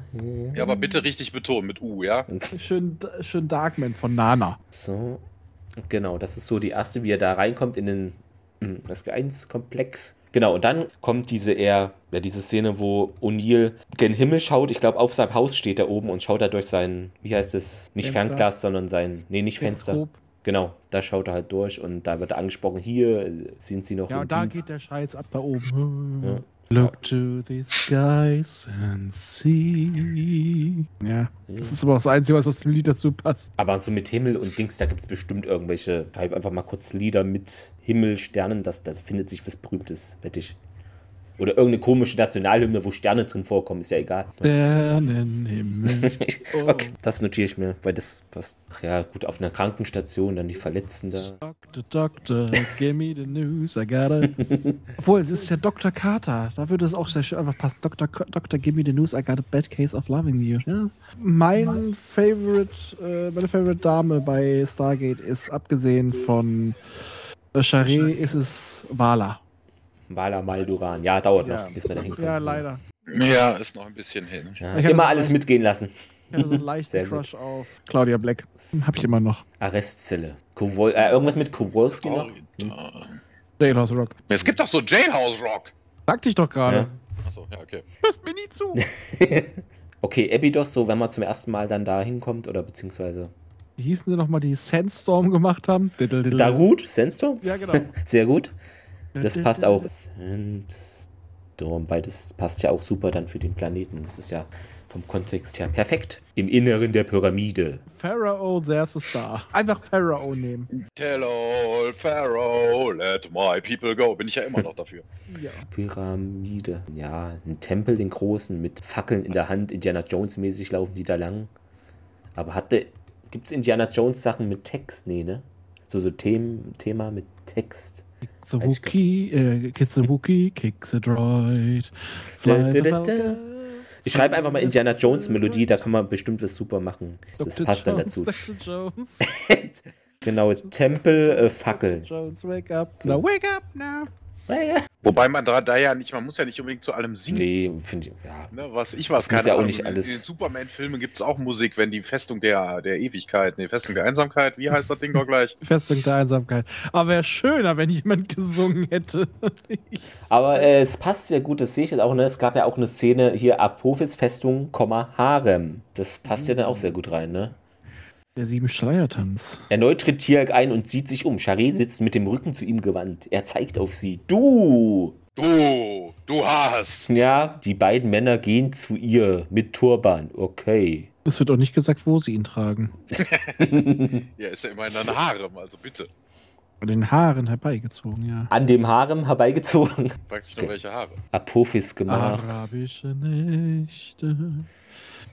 S2: ja, aber bitte richtig betonen mit U, ja?
S3: Schön, schön Darkman von Nana.
S1: So. Genau, das ist so die erste, wie er da reinkommt in den hm, SG1-Komplex. Genau, und dann kommt diese eher, ja, diese Szene, wo O'Neill gen Himmel schaut. Ich glaube, auf seinem Haus steht er oben und schaut da durch sein, wie heißt es, nicht
S3: Fenster.
S1: Fernglas, sondern sein, nee, nicht Fenster. Genau, da schaut er halt durch und da wird er angesprochen, hier äh, sind sie noch
S3: Ja,
S1: im
S3: und da
S1: Dienst.
S3: geht der Scheiß ab da oben.
S1: Ja.
S3: Look to the skies and see. Ja, das ist aber auch das Einzige, was aus dem Lied dazu passt.
S1: Aber so mit Himmel und Dings, da gibt es bestimmt irgendwelche, schreib einfach mal kurz Lieder mit Himmel, Sternen, das, da findet sich was Berühmtes, wette ich. Oder irgendeine komische Nationalhymne, wo Sterne drin vorkommen, ist ja egal.
S3: Sternenhimmel.
S1: Okay, das notiere ich mir, weil das passt. Ach Ja, gut, auf einer Krankenstation, dann die Verletzten da.
S3: Doctor, Doctor, give me the news, I gotta. Obwohl, es ist ja Dr. Carter. Da würde es auch sehr schön einfach passen. Dr. K- Dr. give me the news, I got a bad case of loving you. Ja. Mein favorite, äh, meine favorite Dame bei Stargate ist, abgesehen von äh, Charé, ist es Vala.
S1: Wala Malduran. Ja, dauert
S3: Ja.
S1: noch, bis wir da hinkommen.
S3: Ja, leider.
S1: Mhm.
S2: Ja, ist noch ein bisschen hin.
S1: Ja,
S3: Ich hatte
S1: immer
S3: so
S1: alles
S3: leicht-
S1: mitgehen lassen.
S3: Ich hatte so einen leichten
S1: Sehr gut.
S3: Crush auf Claudia Black. Hab ich immer noch.
S1: Arrestzelle. Kowol äh, irgendwas mit Kowalski noch?
S2: Traurig. Ah.
S3: Jailhouse Rock.
S2: Es gibt doch so Jailhouse Rock.
S3: Sagte ich doch gerade.
S1: Ja.
S2: Achso, ja, okay.
S3: Hörst mir nie zu.
S1: Okay, Abydos, so wenn man zum ersten Mal dann da hinkommt, oder beziehungsweise.
S3: Wie hießen sie nochmal, die Sandstorm gemacht haben? Diddle, diddle.
S1: Darut, Sandstorm?
S3: Ja, genau.
S1: Sehr gut. Das passt auch. Sandstorm, weil das passt ja auch super dann für den Planeten. Das ist ja vom Kontext her perfekt. Im Inneren der Pyramide.
S3: Pharaoh, there's a star. Einfach Pharaoh nehmen.
S2: Tell all Pharaoh, let my people go. Bin ich ja immer noch dafür.
S3: Ja.
S1: Pyramide. Ja, ein Tempel, den großen, mit Fackeln in der Hand. Indiana Jones-mäßig laufen die da lang. Aber hatte. Gibt es Indiana Jones-Sachen mit Text? Nee, ne? So, so Themen, Thema mit Text.
S3: The
S1: Weiß ich gar
S3: Wookie, äh, kiss the Wookie, kick the droid. fly the
S1: Da, da, da,
S3: Falcon.
S1: Ich schreibe einfach mal Indiana Jones-Melodie, da kann man bestimmt was super machen. Das
S3: Dr.
S1: passt dann
S3: Jones,
S1: dazu.
S3: Dr. Jones,
S1: Genau, Tempel, äh, Fackeln. Genau.
S3: Jones, wake up. Now wake up now.
S2: Wobei man da, da ja nicht, man muss ja nicht unbedingt zu allem singen.
S1: Nee, finde ich. Ja.
S2: Ne, was ich was
S1: Das muss ja auch
S2: Ahnung,
S1: nicht alles-
S2: In den Superman-Filmen gibt es auch Musik, wenn die Festung der, der Ewigkeit, nee, Festung der Einsamkeit, wie heißt das Ding doch gleich?
S3: Festung der Einsamkeit. Aber wäre schöner, wenn jemand gesungen hätte.
S1: Aber äh, es passt sehr gut, das sehe ich jetzt auch. Ne? Es gab ja auch eine Szene hier: Apophis Festung, Komma, Harem. Das passt ja dann auch sehr gut rein, ne?
S3: Der Sieben-Schleier-Tanz.
S1: Erneut tritt Tiag ein und sieht sich um. Charé sitzt mit dem Rücken zu ihm gewandt. Er zeigt auf sie. Du!
S2: Du, du hast.
S1: Ja, die beiden Männer gehen zu ihr mit Turban. Okay.
S3: Es wird auch nicht gesagt, wo sie ihn tragen.
S2: Ja, ist ja immerhin ein Harem, also bitte.
S3: An den Haaren herbeigezogen, ja.
S1: An dem Harem herbeigezogen.
S2: Fragt sich nur,
S1: Okay.
S2: welche Haare.
S1: Apophis gemacht.
S3: Arabische Nächte.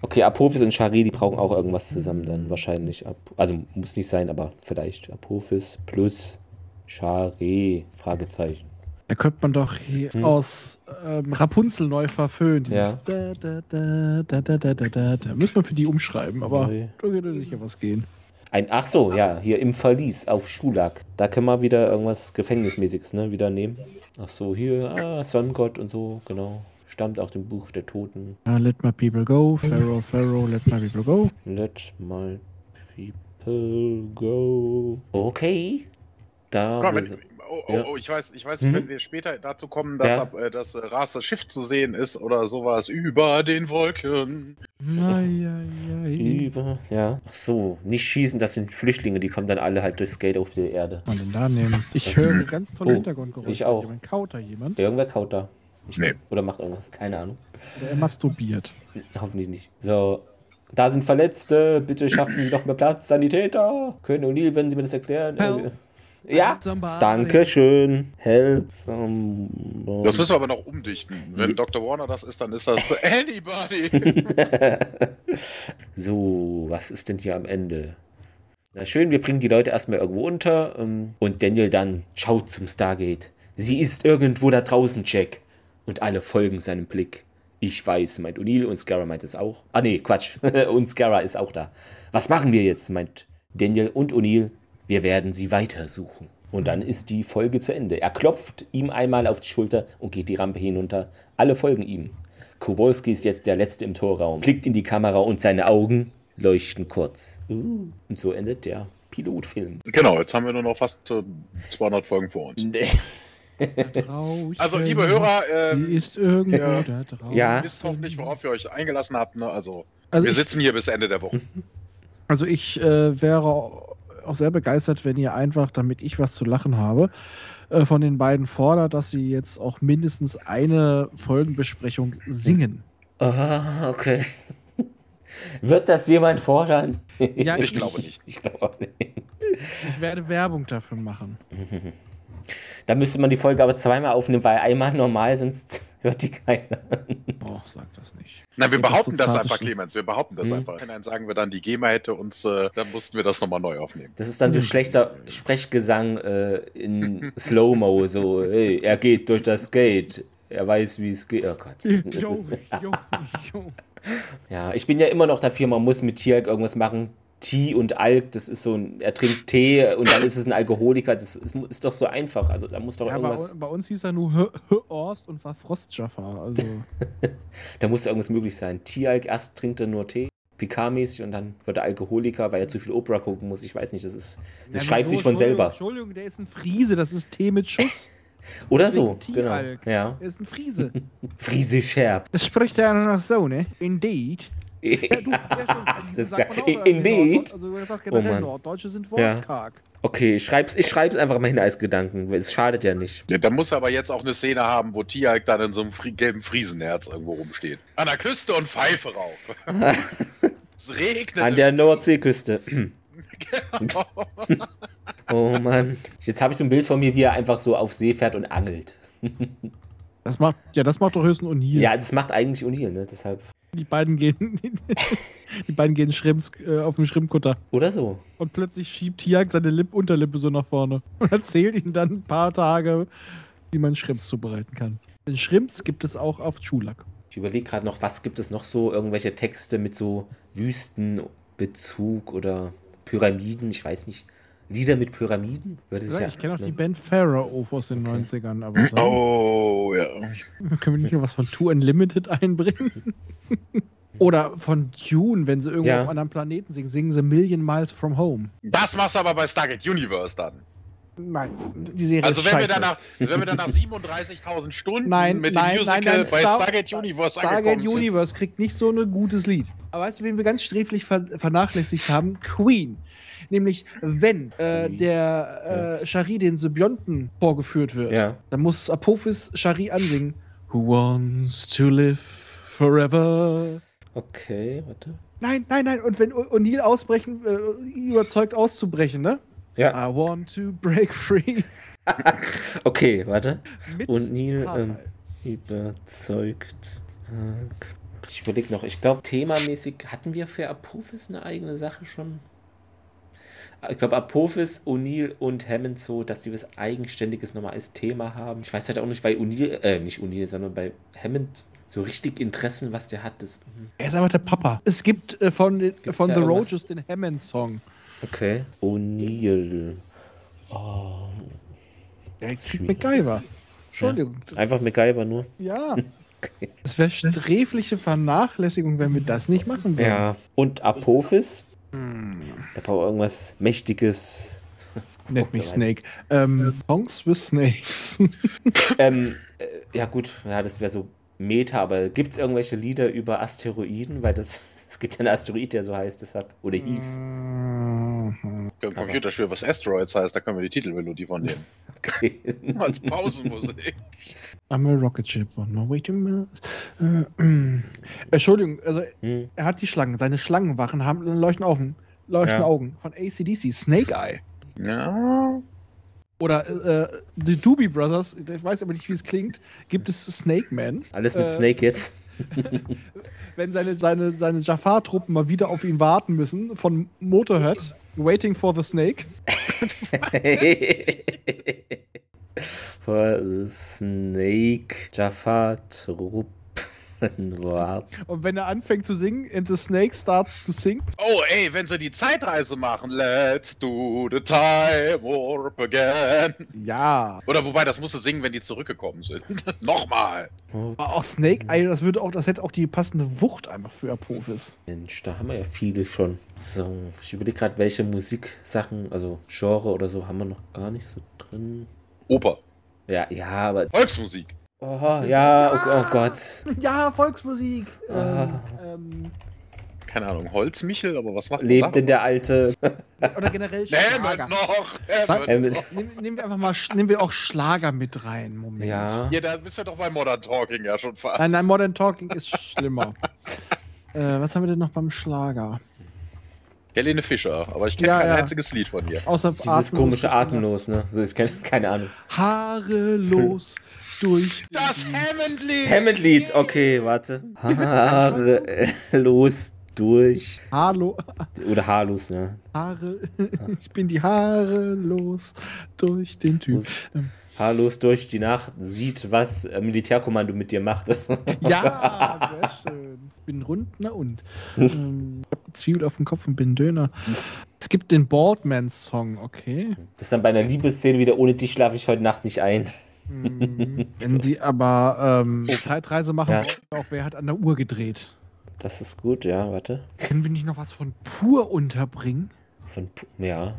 S1: Okay, Apophis und Shari, die brauchen auch irgendwas zusammen dann wahrscheinlich. Ap- Also muss nicht sein, aber vielleicht Apophis plus Shari, Fragezeichen.
S3: Da könnte man doch hier
S1: Hm.
S3: aus ähm, Rapunzel neu verföhnen. Dieses
S1: Ja.
S3: da, da, da, da, da, da, da, da, da. Müssen wir für die umschreiben, aber
S1: Nee.
S3: da würde sicher was gehen.
S1: Ein, ach so, ja, hier im Verlies auf Schulag. Da können wir wieder irgendwas Gefängnismäßiges, ne, wieder nehmen. Ach so, hier, ah, Sonnengott und so, genau. Stammt aus dem Buch der Toten.
S3: Ja, let my people go, Pharaoh, Pharaoh, let my people go.
S1: Let my people go. Okay. Da.
S2: Komm, wenn, oh, oh,
S1: Ah, Ja.
S2: oh, ich weiß, ich weiß,
S1: Mhm.
S2: wenn wir später dazu kommen, dass
S1: Ja.
S2: ab, äh, das äh, Ras das Schiff zu sehen ist oder sowas über den Wolken.
S3: Ai, ai, ai.
S1: über. Ja. Ach so, nicht schießen, das sind Flüchtlinge, die kommen dann alle halt durchs Gate auf die Erde.
S3: Was kann man denn da nehmen? Ich
S1: Das-
S3: höre ganz tolle
S1: Oh,
S3: Hintergrundgeräusche.
S1: ich auch.
S3: Jemand kaut da jemand,
S1: Irgendwer kaut da. Ich
S2: Nee.
S1: weiß- Oder macht irgendwas. Keine Ahnung.
S3: der masturbiert.
S1: Hoffentlich nicht. So. Da sind Verletzte. Bitte schaffen Sie doch mehr Platz. Sanitäter. Können O'Neill, wenn Sie mir das erklären.
S3: Help.
S1: Äh, Ja.
S3: Somebody.
S1: Dankeschön. Help.
S2: Das müssen wir aber noch umdichten. Wenn Dr. Warner das ist, dann ist das Anybody.
S1: So, was ist denn hier am Ende? Na schön, wir bringen die Leute erstmal irgendwo unter. ähm, Und Daniel dann schaut zum Stargate. Sie ist irgendwo da draußen, Jack. Und alle folgen seinem Blick. Ich weiß, meint O'Neill und Scara meint es auch. Ah nee, Quatsch. und Scara ist auch da. Was machen wir jetzt, meint Daniel und O'Neill. Wir werden sie weitersuchen. Und dann ist die Folge zu Ende. Er klopft ihm einmal auf die Schulter und geht die Rampe hinunter. Alle folgen ihm. Kowalski ist jetzt der Letzte im Torraum, blickt in die Kamera und seine Augen leuchten kurz. Uh, und so endet der Pilotfilm.
S2: genau, jetzt haben wir nur noch fast äh, 200 Folgen vor uns.
S3: Rauschen.
S2: Also, liebe Hörer,
S3: sie
S2: ähm,
S3: ist irgendwo
S2: ja.
S3: da draußen.
S1: Ja.
S2: ihr wisst hoffentlich, worauf ihr euch eingelassen habt. Ne? Also,
S3: Also
S2: wir
S3: ich,
S2: sitzen hier bis Ende der Woche.
S3: also ich äh, wäre auch sehr begeistert, wenn ihr einfach, damit ich was zu lachen habe, äh, von den beiden fordert, dass sie jetzt auch mindestens eine Folgenbesprechung singen.
S1: Ah, okay. Wird das jemand fordern?
S3: Ja,
S2: Ich glaube nicht.
S1: Ich glaube auch nicht.
S3: Ich werde Werbung dafür machen.
S1: Da müsste man die Folge aber zweimal aufnehmen, weil einmal normal, sonst Hört die keiner.
S3: Boah, sag das nicht.
S2: Nein, wir
S3: Sind doch
S2: behaupten
S3: so
S2: das
S3: zarte Hm.
S2: einfach,
S3: Schen-
S2: Clemens. Wir behaupten das
S1: Mhm.
S2: einfach. Wenn dann sagen wir dann, die GEMA hätte uns, äh, dann mussten wir das nochmal neu aufnehmen.
S1: Das ist dann so
S3: Hm.
S1: schlechter Sprechgesang äh, in Slow-Mo, so, hey, er geht durch das Gate. Er weiß, wie es geht. Oh Gott. Das
S3: Jo,
S1: ist,
S3: jo, jo.
S1: ja, ich bin ja immer noch dafür, man muss mit Tieralk irgendwas machen. Tee und Alk, das ist so ein, er trinkt Tee und dann ist es ein Alkoholiker. Das ist, ist doch so einfach. Also da muss doch
S3: Ja, bei,
S1: irgendwas,
S3: bei uns hieß er nur H H Orst und war Frostschaffer. Also,
S1: da muss irgendwas möglich sein. Tieralk, erst trinkt er nur Tee, PK-mäßig und dann wird er Alkoholiker, weil er zu viel Opera gucken muss. Ich weiß nicht, das ist, das schreibt sich von selber.
S3: Entschuldigung, der ist ein Friese, das ist Tee mit Schuss.
S1: Oder so.
S3: deswegen
S1: Genau.
S3: Tieralk.
S1: Ja.
S3: Er ist ein Friese.
S1: Friesisch herb.
S3: Das spricht er ja nur noch so, ne? Indeed. Ja, du, ja, stimmt.
S1: Das ist
S3: Sagt man
S1: geil.
S3: auch, äh,
S1: Indeed.
S3: Norddeutsch- Also einfach
S1: Oh
S3: generell
S1: Mann.
S3: Norddeutsche sind
S1: Ja.
S3: wortkarg.
S1: Okay, ich schreib's, ich schreib's einfach mal hin als Gedanken. weil Es schadet ja nicht.
S2: Ja, da muss aber jetzt auch eine Szene haben, wo Tiag dann in so einem fri gelben Friesenherz irgendwo rumsteht. An der Küste und Pfeife rauf. es regnet.
S1: An der Nordseeküste. Oh Mann. Jetzt habe ich so ein Bild von mir, wie er einfach so auf See fährt und angelt.
S3: Das macht, ja, das macht doch höchstens O'Neill.
S1: Ja, das macht eigentlich O'Neill, ne? Deshalb.
S3: Die beiden gehen, die, beiden gehen Schrimps, äh, auf dem Schrimpkutter.
S1: Oder so.
S3: Und plötzlich schiebt Tiag seine Lipp Unterlippe so nach vorne und erzählt ihm dann ein paar Tage, wie man Schrimps zubereiten kann. Denn Schrimps gibt es auch auf Chulak.
S1: Ich überlege gerade noch, was gibt es noch so? Irgendwelche Texte mit so Wüstenbezug oder Pyramiden? Ich weiß nicht. Lieder mit Pyramiden? Würde
S3: Ja,
S1: sich ja,
S3: ich kenne auch
S1: ne?
S3: die Band Pharaoh aus den 90ern, aber sonst
S2: Oh, ja.
S3: können wir nicht noch was von Two Unlimited einbringen? Oder von Dune, wenn sie irgendwo
S1: Ja.
S3: auf anderen Planeten singen, singen sie Million Miles from Home.
S2: Das machst du aber bei Stargate Universe dann.
S3: Nein, die Serie
S2: Also
S3: ist
S2: wenn wir
S3: scheiße.
S2: danach, wenn wir danach 37.000 Stunden
S3: Nein,
S2: mit
S3: nein,
S2: dem Musical
S3: nein, nein,
S2: bei
S3: Star-
S2: Stargate Universe
S3: Stargate
S2: angekommen sind.
S3: Universe kriegt nicht so ein gutes Lied. Aber weißt du, wen wir ganz sträflich ver vernachlässigt haben? Queen. Nämlich, wenn äh,
S1: Queen.
S3: der äh, Shari den Symbionten vorgeführt wird,
S1: Ja.
S3: dann muss Apophis Shari ansingen. Who wants to live forever?
S1: Okay, warte.
S3: Nein, nein, nein. Und wenn O- O'Neill ausbrechen, äh, überzeugt auszubrechen, ne?
S1: Ja.
S3: I want to break free.
S1: Okay, warte.
S3: Mit
S1: O'Neill,
S3: Partei.
S1: ähm, Überzeugt. Ich überlege noch, ich glaube, themamäßig hatten wir für Apophis eine eigene Sache schon. Ich glaube, Apophis, O'Neill und Hammond so, dass die was Eigenständiges nochmal als Thema haben. Ich weiß halt auch nicht bei O'Neill, äh, nicht O'Neill, sondern bei Hammond so richtig Interessen, was der hat. Das,
S3: er ist einfach der Papa. Es gibt äh, von, den-
S1: Gibt's
S3: von
S1: da
S3: The
S1: irgendwas?
S3: Rogers den Hammond-Song.
S1: okay. O'Neill.
S3: Oh. Ja, ich krieg MacGyver. Entschuldigung. das-
S1: Ja. Einfach MacGyver nur.
S3: Ja. Es wäre sträfliche Vernachlässigung, wenn wir das nicht machen würden.
S1: Ja. Hm. Und Apophis? Da braucht irgendwas Mächtiges,
S3: Nennt mich Snake. Ähm, Songs with Snakes.
S1: Ähm, äh, ja, gut, ja, das wäre so Meta, aber gibt es irgendwelche Lieder über Asteroiden? Weil das, es gibt ja einen Asteroid, der so heißt, deshalb, oder hieß.
S2: Ein Computerspiel, was Asteroids heißt, da können wir die Titelmelodie von nehmen.
S1: Okay.
S2: Als Pausenmusik.
S3: I'm a rocket ship on my way to Mars. Äh, äh, Entschuldigung, also
S1: Hm.
S3: er hat die Schlangen. Seine Schlangenwachen haben leuchten Augen. Leuchten
S1: Ja.
S3: Augen von ACDC, Snake Eye.
S2: Ja.
S3: Oder äh, äh, die Doobie Brothers, ich weiß aber nicht, wie es klingt, gibt es Snake Man.
S1: Alles mit
S3: Äh,
S1: Snake jetzt.
S3: wenn seine, seine, seine Jafar-Truppen mal wieder auf ihn warten müssen, von Motorhead, Waiting for the Snake.
S1: For the Snake, Jaffa, Truppen, Wart.
S3: Und wenn er anfängt zu singen, and the Snake starts to sing,
S2: Oh, ey, wenn sie die Zeitreise machen. Let's do the time warp again.
S3: ja.
S2: Oder wobei, das musst du singen, wenn die zurückgekommen sind. Nochmal.
S3: Aber auch Snake, ey, das, würde auch, das hätte auch die passende Wucht einfach für Apophis.
S1: Mensch, da haben wir ja viele schon. So, ich überlege gerade, welche Musiksachen, also Genre oder so, haben wir noch gar nicht so drin.
S2: Oper.
S1: Ja, ja, aber
S2: Volksmusik.
S1: Oh, ja, oh, oh Gott.
S3: Ja, Volksmusik.
S1: Ah.
S3: Ähm,
S2: Keine Ahnung, Holzmichel, aber was macht man
S1: Lebt
S2: da?
S1: denn der alte.
S3: ähm, oder generell Schlager.
S2: Hammond noch! Hammond.
S1: Ähm,
S3: Nehmen, nehmen wir einfach mal, Sch- nehmen wir auch Schlager mit rein. Moment.
S1: ja.
S2: Ja, da bist du doch bei Modern Talking ja schon fast.
S3: Nein, nein, Modern Talking ist schlimmer. äh, was haben wir denn noch beim Schlager?
S2: Helene Fischer, aber ich kenne
S3: Ja,
S2: kein
S3: ja.
S2: einziges Lied von ihr.
S3: Außer
S1: Dieses komische Atemlos,
S3: Atemlos.
S1: ne? Also Ich kenn, keine Ahnung.
S3: Haare los, durch. den
S2: Das
S3: Dienst.
S2: Hammondlied!
S1: Hammond Lied, okay, warte. Haare äh, los durch.
S3: Hallo,
S1: Oder haarlos, ne?
S3: Haare. Ich bin die Haare los durch den Typ.
S1: Los. Haarlos durch die Nacht, sieht, was äh, Militärkommando mit dir macht.
S3: Ja, sehr schön. Ich bin rund, na und. Ähm, ich hab eine Zwiebel auf dem Kopf und bin Döner. Es gibt den Boardman-Song, okay.
S1: Das ist dann bei einer Liebesszene wieder, ohne dich schlafe ich heute Nacht nicht ein.
S3: Hm, Wenn sie aber ähm, Zeitreise machen,
S1: Oh. Ja.
S3: wollten, auch wer hat an der Uhr gedreht?
S1: Das ist gut, ja, warte.
S3: Können wir nicht noch was von Pur unterbringen?
S1: Von, Pu- ja,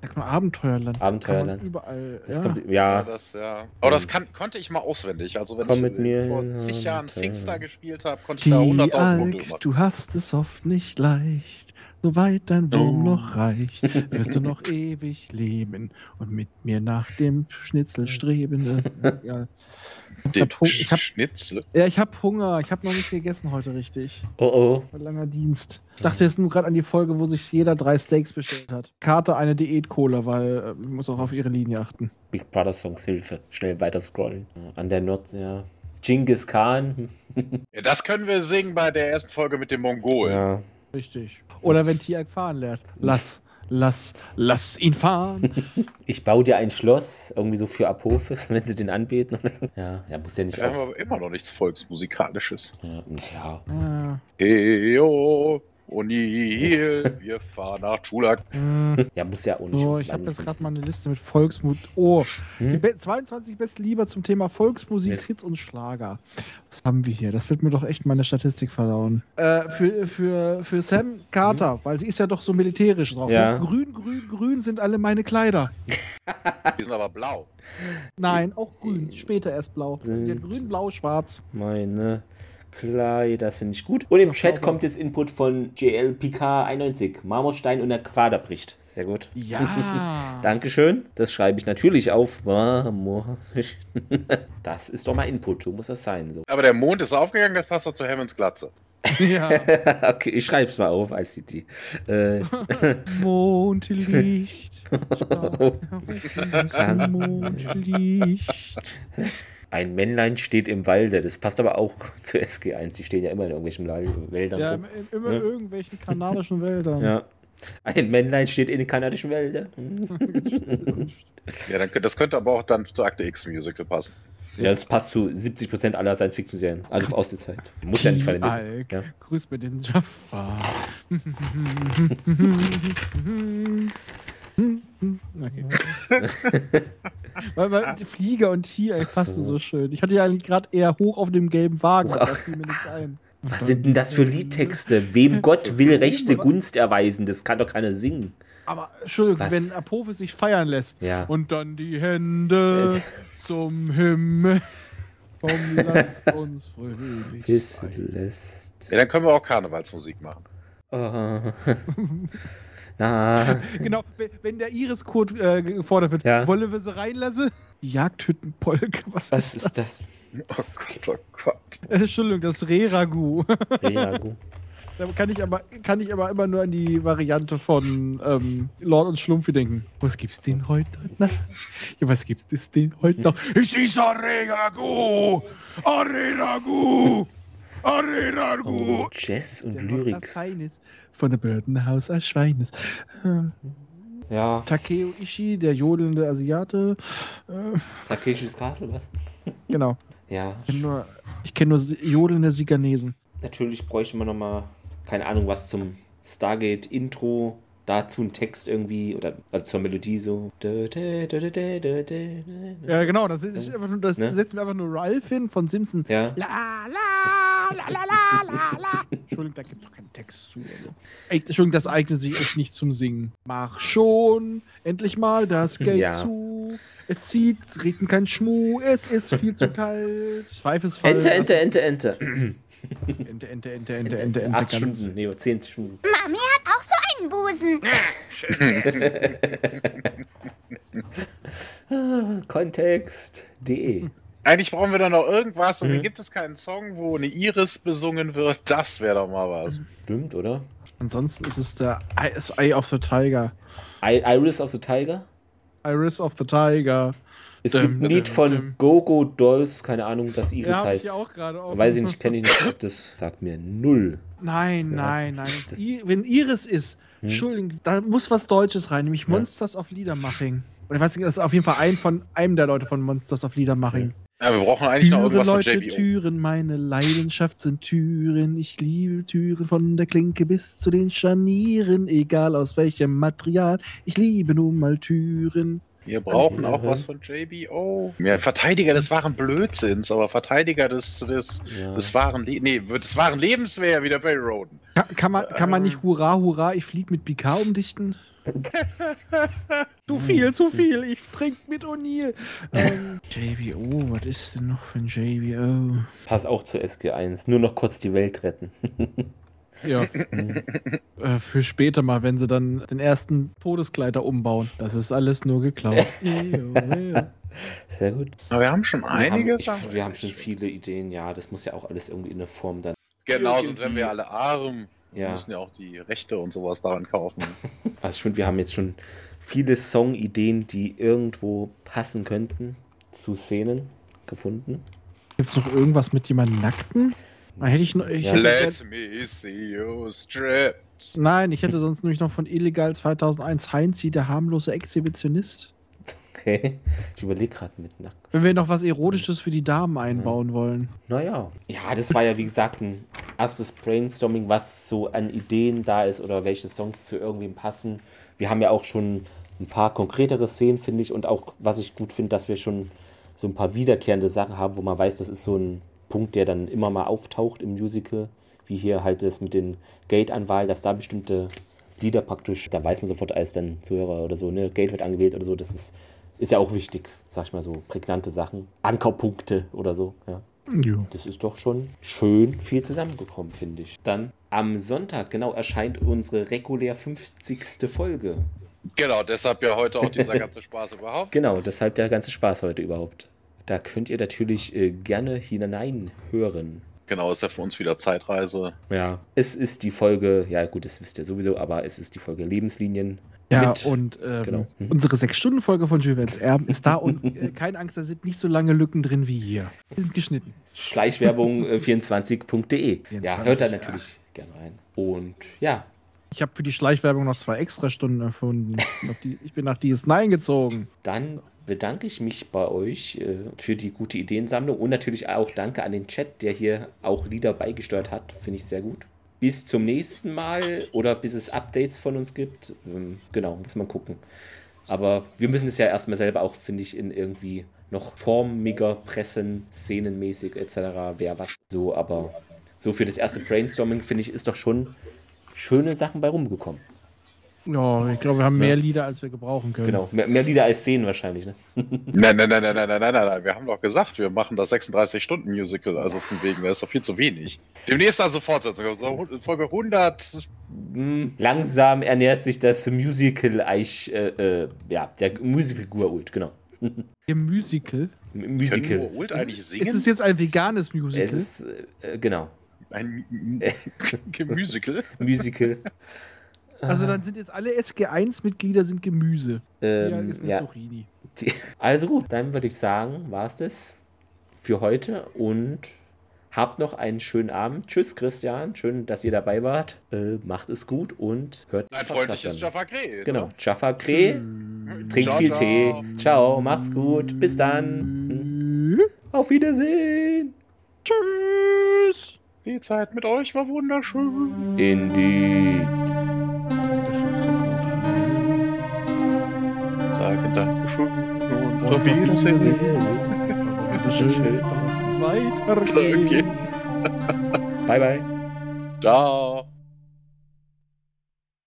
S3: Sag nur Abenteuerland.
S1: Abenteuerland.
S3: Kann man überall.
S1: das
S3: ja.
S1: kommt,
S2: Ja,
S1: ja.
S2: das, ja. Aber das kann, konnte ich mal auswendig. Also, wenn
S1: Komm
S2: ich
S1: mit
S2: äh,
S1: mir
S2: vor
S1: in
S2: zig Jahren
S1: Abenteuer.
S2: Singstar gespielt habe, konnte ich da
S3: Die
S2: 100.000 Punkte
S3: Alk,
S2: machen.
S3: du hast es oft nicht leicht, soweit dein Wurm
S2: Oh.
S3: noch reicht, wirst du noch ewig leben und mit mir nach dem Schnitzel streben. Äh, Ja, ich
S2: Den
S3: hab, Hunger- ich hab,
S2: Schnitzel.
S3: ja, ich hab Hunger, ich hab noch nicht gegessen heute richtig.
S1: Oh, oh.
S3: War Langer Dienst. Ich dachte jetzt nur gerade an die Folge, wo sich jeder drei Steaks bestellt hat. Karte eine Diät-Cola, weil äh, ich muss auch auf ihre Linie achten.
S1: Big Brother Songs, Hilfe. Schnell weiter scrollen. An der Nord, ja. Genghis Khan.
S2: Ja, das können wir singen bei der ersten Folge mit dem Mongolen.
S1: Ja.
S3: Richtig. Oder wenn Tiag fahren lässt. Lass, lass, lass ihn fahren.
S1: Ich baue dir ein Schloss, irgendwie so für Apophis, wenn sie den anbeten. Ja, ja, muss ja nicht
S2: Wir haben
S1: auf.
S2: aber immer noch nichts Volksmusikalisches.
S1: Ja, ja.
S3: Ja.
S2: Heyo, O'Neill, wir fahren nach Chulak.
S1: ja, muss ja auch nicht.
S3: äh, So, Oh, ich
S1: Mann,
S3: habe jetzt
S1: das
S3: gerade
S1: ist-
S3: mal eine Liste mit Volksmut. Oh, die
S1: Hm?
S3: be 22 besten Lieber zum Thema Volksmusik,
S1: Mist.
S3: Hits und Schlager. Was haben wir hier? Das wird mir doch echt meine Statistik versauen. Äh, für, für, für Sam Carter, weil sie ist ja doch so militärisch drauf.
S1: Ja.
S3: ne? Grün, grün, grün sind alle meine Kleider.
S2: Die sind aber blau.
S3: Nein, auch grün. Später erst blau. Sie hat
S1: Sind-
S3: grün, blau, schwarz.
S1: Meine Kleider, das finde ich gut. Und im
S3: Ach,
S1: Chat
S3: sauber.
S1: kommt jetzt Input von JLPK91. Marmorstein und der Quader bricht. Sehr gut.
S3: Ja.
S1: Dankeschön. Das schreibe ich natürlich auf. Marmorstein. Das ist doch mal Input. So muss das sein. So.
S2: Aber der Mond ist aufgegangen, das passt doch zu Hammonds Glatze.
S3: ja.
S1: Okay, ich schreibe es mal auf als City. Äh,
S3: Mondlicht. Mondlicht.
S1: ein Männlein steht im Walde. Das passt aber auch zu SG1. Die stehen ja immer in irgendwelchen La- Wäldern.
S3: Ja,
S1: rum.
S3: im- im- immer
S1: Ne?
S3: in irgendwelchen kanadischen Wäldern.
S1: ja. Ein Männlein steht in den kanadischen Wäldern. Hm.
S2: Ja, dann, könnt- das könnte aber auch dann zu Akte X Musical passen.
S1: Ja, das passt zu 70% aller Science-Fiction-Serien. Also aus der Zeit. Muss ja nicht verwendet.
S3: Alk,
S1: Ja.
S3: grüß mir den Jaffa. okay. weil, weil die Flieger und Tier
S1: Ach
S3: passte
S1: so.
S3: so. schön. Ich hatte ja eigentlich gerade eher hoch auf dem gelben Wagen,
S1: Hoch
S3: aber da
S1: auf-
S3: fiel mir nichts ein.
S1: Was sind denn das für Liedtexte? Wem Gott will rechte Gunst erweisen. Das kann doch keiner singen.
S3: Aber Entschuldigung,
S1: Was?
S3: wenn Apophis sich feiern lässt
S1: Ja.
S3: und dann die Hände zum Himmel. Komm, lasst uns fröhlich.
S1: Bis
S3: sein.
S1: lässt.
S2: Ja, dann können wir auch Karnevalsmusik machen.
S1: Oh. Na,
S3: Genau, we- wenn der Iris-Code äh, ge- gefordert wird,
S1: Ja.
S3: wollen wir sie reinlassen? Die Jagdhüttenpolke, was,
S1: was
S3: ist
S1: ist das?
S2: Oh Gott, oh Gott.
S3: das? Äh, Entschuldigung, das Reragu.
S1: Ja, gut.
S3: da kann ich, aber, kann ich aber immer nur an die Variante von ähm, Lord und Schlumpfi denken. Was gibt's denn heute noch? Ja, was gibt's das denn heute noch?
S1: Hm.
S3: Es ist ein Reragu! Ein Reragu! Ein Reragu!
S1: Oh, Jazz und
S3: Der
S1: Lyrics.
S3: Feines von der Bördenhaus als Schweines. Äh,
S1: Ja,
S3: Takeo Ishii, der jodelnde Asiate. Äh,
S1: Takeshis Castle, was?
S3: Genau.
S1: Ja,
S3: Ich kenne nur, ich kenn nur si- jodelnde Siganesen.
S1: natürlich bräuchte man nochmal, keine Ahnung, was zum Stargate-Intro. Dazu ein Text irgendwie, oder also zur Melodie so. Ja.
S3: Ja, genau. Das, ist einfach nur, das
S1: Ne?
S3: setzen wir einfach nur Ralph hin von Simpson.
S1: ja.
S3: La, la, la, la, la, la, la. Entschuldigung, da gibt es doch keinen Text zu. Also. Ey, Entschuldigung, das eignet sich echt nicht zum Singen. Mach schon, endlich mal das Gate
S1: Ja.
S3: zu. Es zieht, reden kein Schmuh, es ist viel zu kalt. Pfeife ist falsch.
S1: Ente, Ente, Ente, Ente.
S3: Ente, Ente, Ente, Ente, Ente, Ente,
S1: Acht
S3: ganz.
S1: Stunden, nee, zehn Stunden.
S7: Mami hat auch so einen Busen.
S1: Kontext.de.
S2: Eigentlich brauchen wir doch noch irgendwas
S1: Mhm.
S2: und mir gibt es keinen Song, wo eine Iris besungen wird. Das wäre doch mal was.
S1: Stimmt, oder?
S3: Ansonsten ist es der Eye, das Eye of the Tiger.
S1: I Iris of the Tiger?
S3: Iris of the Tiger.
S1: Es gibt ein
S3: Dum,
S1: Lied
S3: dum,
S1: von
S3: dum.
S1: Gogo Dolls, keine Ahnung, was Iris
S3: hab ich
S1: heißt.
S3: ja auch gerade offen.
S1: Weiß ich nicht, kenne ich nicht, ob das sagt mir null.
S3: Nein,
S1: Ja.
S3: nein, nein. I wenn Iris ist,
S1: Hm.
S3: Entschuldigung, da muss was Deutsches rein, nämlich
S1: Ja.
S3: Monsters of Liedermaching. Oder ich weiß nicht, das ist auf jeden Fall ein von einem der Leute von Monsters of Liedermaching.
S2: Ja, wir brauchen eigentlich noch
S3: Türen,
S2: irgendwas von
S3: Leute,
S2: JBO.
S3: Türen, meine Leidenschaft sind Türen. Ich liebe Türen von der Klinke bis zu den Scharnieren, egal aus welchem Material. Ich liebe nun mal Türen.
S2: Wir brauchen
S1: Mhm.
S2: auch was von JBO. Ja, Verteidiger des wahren Blödsinns, aber Verteidiger des, des,
S1: Ja.
S2: des wahren Le nee, des wahren Lebens wäre wieder Barry Roden.
S3: Kann, kann, man, kann man
S2: Ähm.
S3: nicht Hurra, Hurra, ich flieg mit Picard umdichten? zu viel,
S2: Hm.
S3: zu viel, ich trink mit O'Neill. Ähm, JBO, was ist denn noch für ein JBO?
S1: Pass auch zu SG1. Nur noch kurz die Welt retten.
S3: Ja. äh, für später mal, wenn sie dann den ersten Todeskleider umbauen. Das ist alles nur geklaut.
S1: Sehr gut.
S2: Na, wir haben schon einige
S1: wir haben,
S2: Sachen.
S1: ich, wir haben schon viele Ideen. Ja, das muss ja auch alles irgendwie in eine Form dann.
S2: Genau, sonst wären wir alle arm. Wir
S1: Ja,
S2: müssen ja auch die Rechte und sowas daran kaufen.
S1: also schon, wir haben jetzt schon viele Songideen, die irgendwo passen könnten zu Szenen gefunden.
S3: Gibt's noch irgendwas mit jemandem Nackten? Na, Hätte ich noch, ich
S1: Ja.
S3: hätte
S2: Let me see you stripped.
S3: Nein, ich hätte sonst nämlich noch von Illegal 2001 Heinzi, der harmlose Exhibitionist.
S1: Okay. Ich überlege gerade mit Nack.
S3: Wenn wir noch was Erotisches für die Damen einbauen wollen.
S1: Naja. Ja, das war ja wie gesagt ein erstes Brainstorming, was so an Ideen da ist oder welche Songs zu irgendwem passen. Wir haben ja auch schon ein paar konkretere Szenen, finde ich, und auch, was ich gut finde, dass wir schon so ein paar wiederkehrende Sachen haben, wo man weiß, das ist so ein Punkt, der dann immer mal auftaucht im Musical, wie hier halt das mit den Gate-Anwahl, dass da bestimmte Lieder praktisch, da weiß man sofort als dann Zuhörer oder so, ne, Gate wird angewählt oder so, das ist, ist ja auch wichtig, sag ich mal so, prägnante Sachen, Ankerpunkte oder so, ja.
S3: Ja.
S1: Das ist doch schon schön viel zusammengekommen, finde ich. Dann am Sonntag, genau, erscheint unsere regulär 50. Folge.
S2: Genau, deshalb ja heute auch dieser ganze Spaß überhaupt.
S1: Genau, deshalb der ganze Spaß heute überhaupt. Da könnt ihr natürlich äh, gerne hinein hören.
S2: Genau, ist ja für uns wieder Zeitreise.
S1: Ja, es ist die Folge, ja gut, das wisst ihr sowieso, aber es ist die Folge Lebenslinien.
S3: Ja,
S1: mit-
S3: und ähm,
S1: genau. Mhm.
S3: unsere 6-Stunden-Folge von Juvens Erben ist da und äh, keine Angst, da sind nicht so lange Lücken drin wie hier. Die sind geschnitten.
S1: Schleichwerbung äh, 24.de. E. Ja,
S3: 24,
S1: hört da
S3: ja.
S1: natürlich gerne rein. Und ja,
S3: Ich habe für die Schleichwerbung noch zwei extra Stunden erfunden. Auf die- ich bin nach DS9 gezogen.
S1: Dann bedanke ich mich bei euch äh, für die gute Ideensammlung und natürlich auch danke an den Chat, der hier auch Lieder beigesteuert hat. Finde ich sehr gut. Bis zum nächsten Mal oder bis es Updates von uns gibt. Ähm, genau, muss man gucken. Aber wir müssen es ja erstmal selber auch, finde ich, in irgendwie noch formiger pressen, szenenmäßig etc. Wer was so, aber so für das erste Brainstorming, finde ich, ist doch schon schöne Sachen bei rumgekommen.
S3: Ja, ich glaube, wir haben
S1: Ja.
S3: mehr Lieder, als wir gebrauchen können.
S1: Genau, mehr, mehr Lieder als Szenen wahrscheinlich, ne?
S2: Nein, nein, nein, nein, nein, nein, nein, nein, nein. Wir haben doch gesagt, wir machen das 36-Stunden-Musical. Also von wegen, das ist doch viel zu wenig. Demnächst also Fortsetzung. So, Folge 100.
S1: Mm, Langsam ernährt sich das Musical Eich, äh, äh, ja, der Musical Guault, genau.
S3: Im Musical.
S1: M-
S2: Können
S1: Musical.
S2: wir Ult eigentlich singen?
S3: Ist es jetzt ein veganes Musical?
S1: Es ist, äh, äh, genau,
S2: ein M- M- Musical?
S1: Musical.
S3: also dann sind jetzt alle SG1-Mitglieder sind Gemüse. ja,
S1: ähm,
S3: ist eine
S1: ja.
S3: Zucchini.
S1: Also gut, dann würde ich sagen, war's das für heute und habt noch einen schönen Abend. Tschüss, Christian. Schön, dass ihr dabei wart. Äh, macht es gut und hört
S2: Ein
S1: den Podcast
S2: freundliches
S1: an.
S2: Jaffa Cree.
S1: Genau, Jaffa Cree.
S3: Hm.
S1: Trinkt
S2: Ciao,
S1: viel
S2: ciao.
S1: Tee. Ciao, macht's gut. Bis dann.
S3: Hm.
S1: Auf Wiedersehen. Tschüss.
S2: Die Zeit mit euch war wunderschön.
S1: Indeed.
S2: Sagen Dankeschön. Und
S3: auf
S2: auf Wiedersehen.
S3: Schön. Lass uns weitergehen.
S2: Okay.
S1: Bye bye.
S2: Ciao.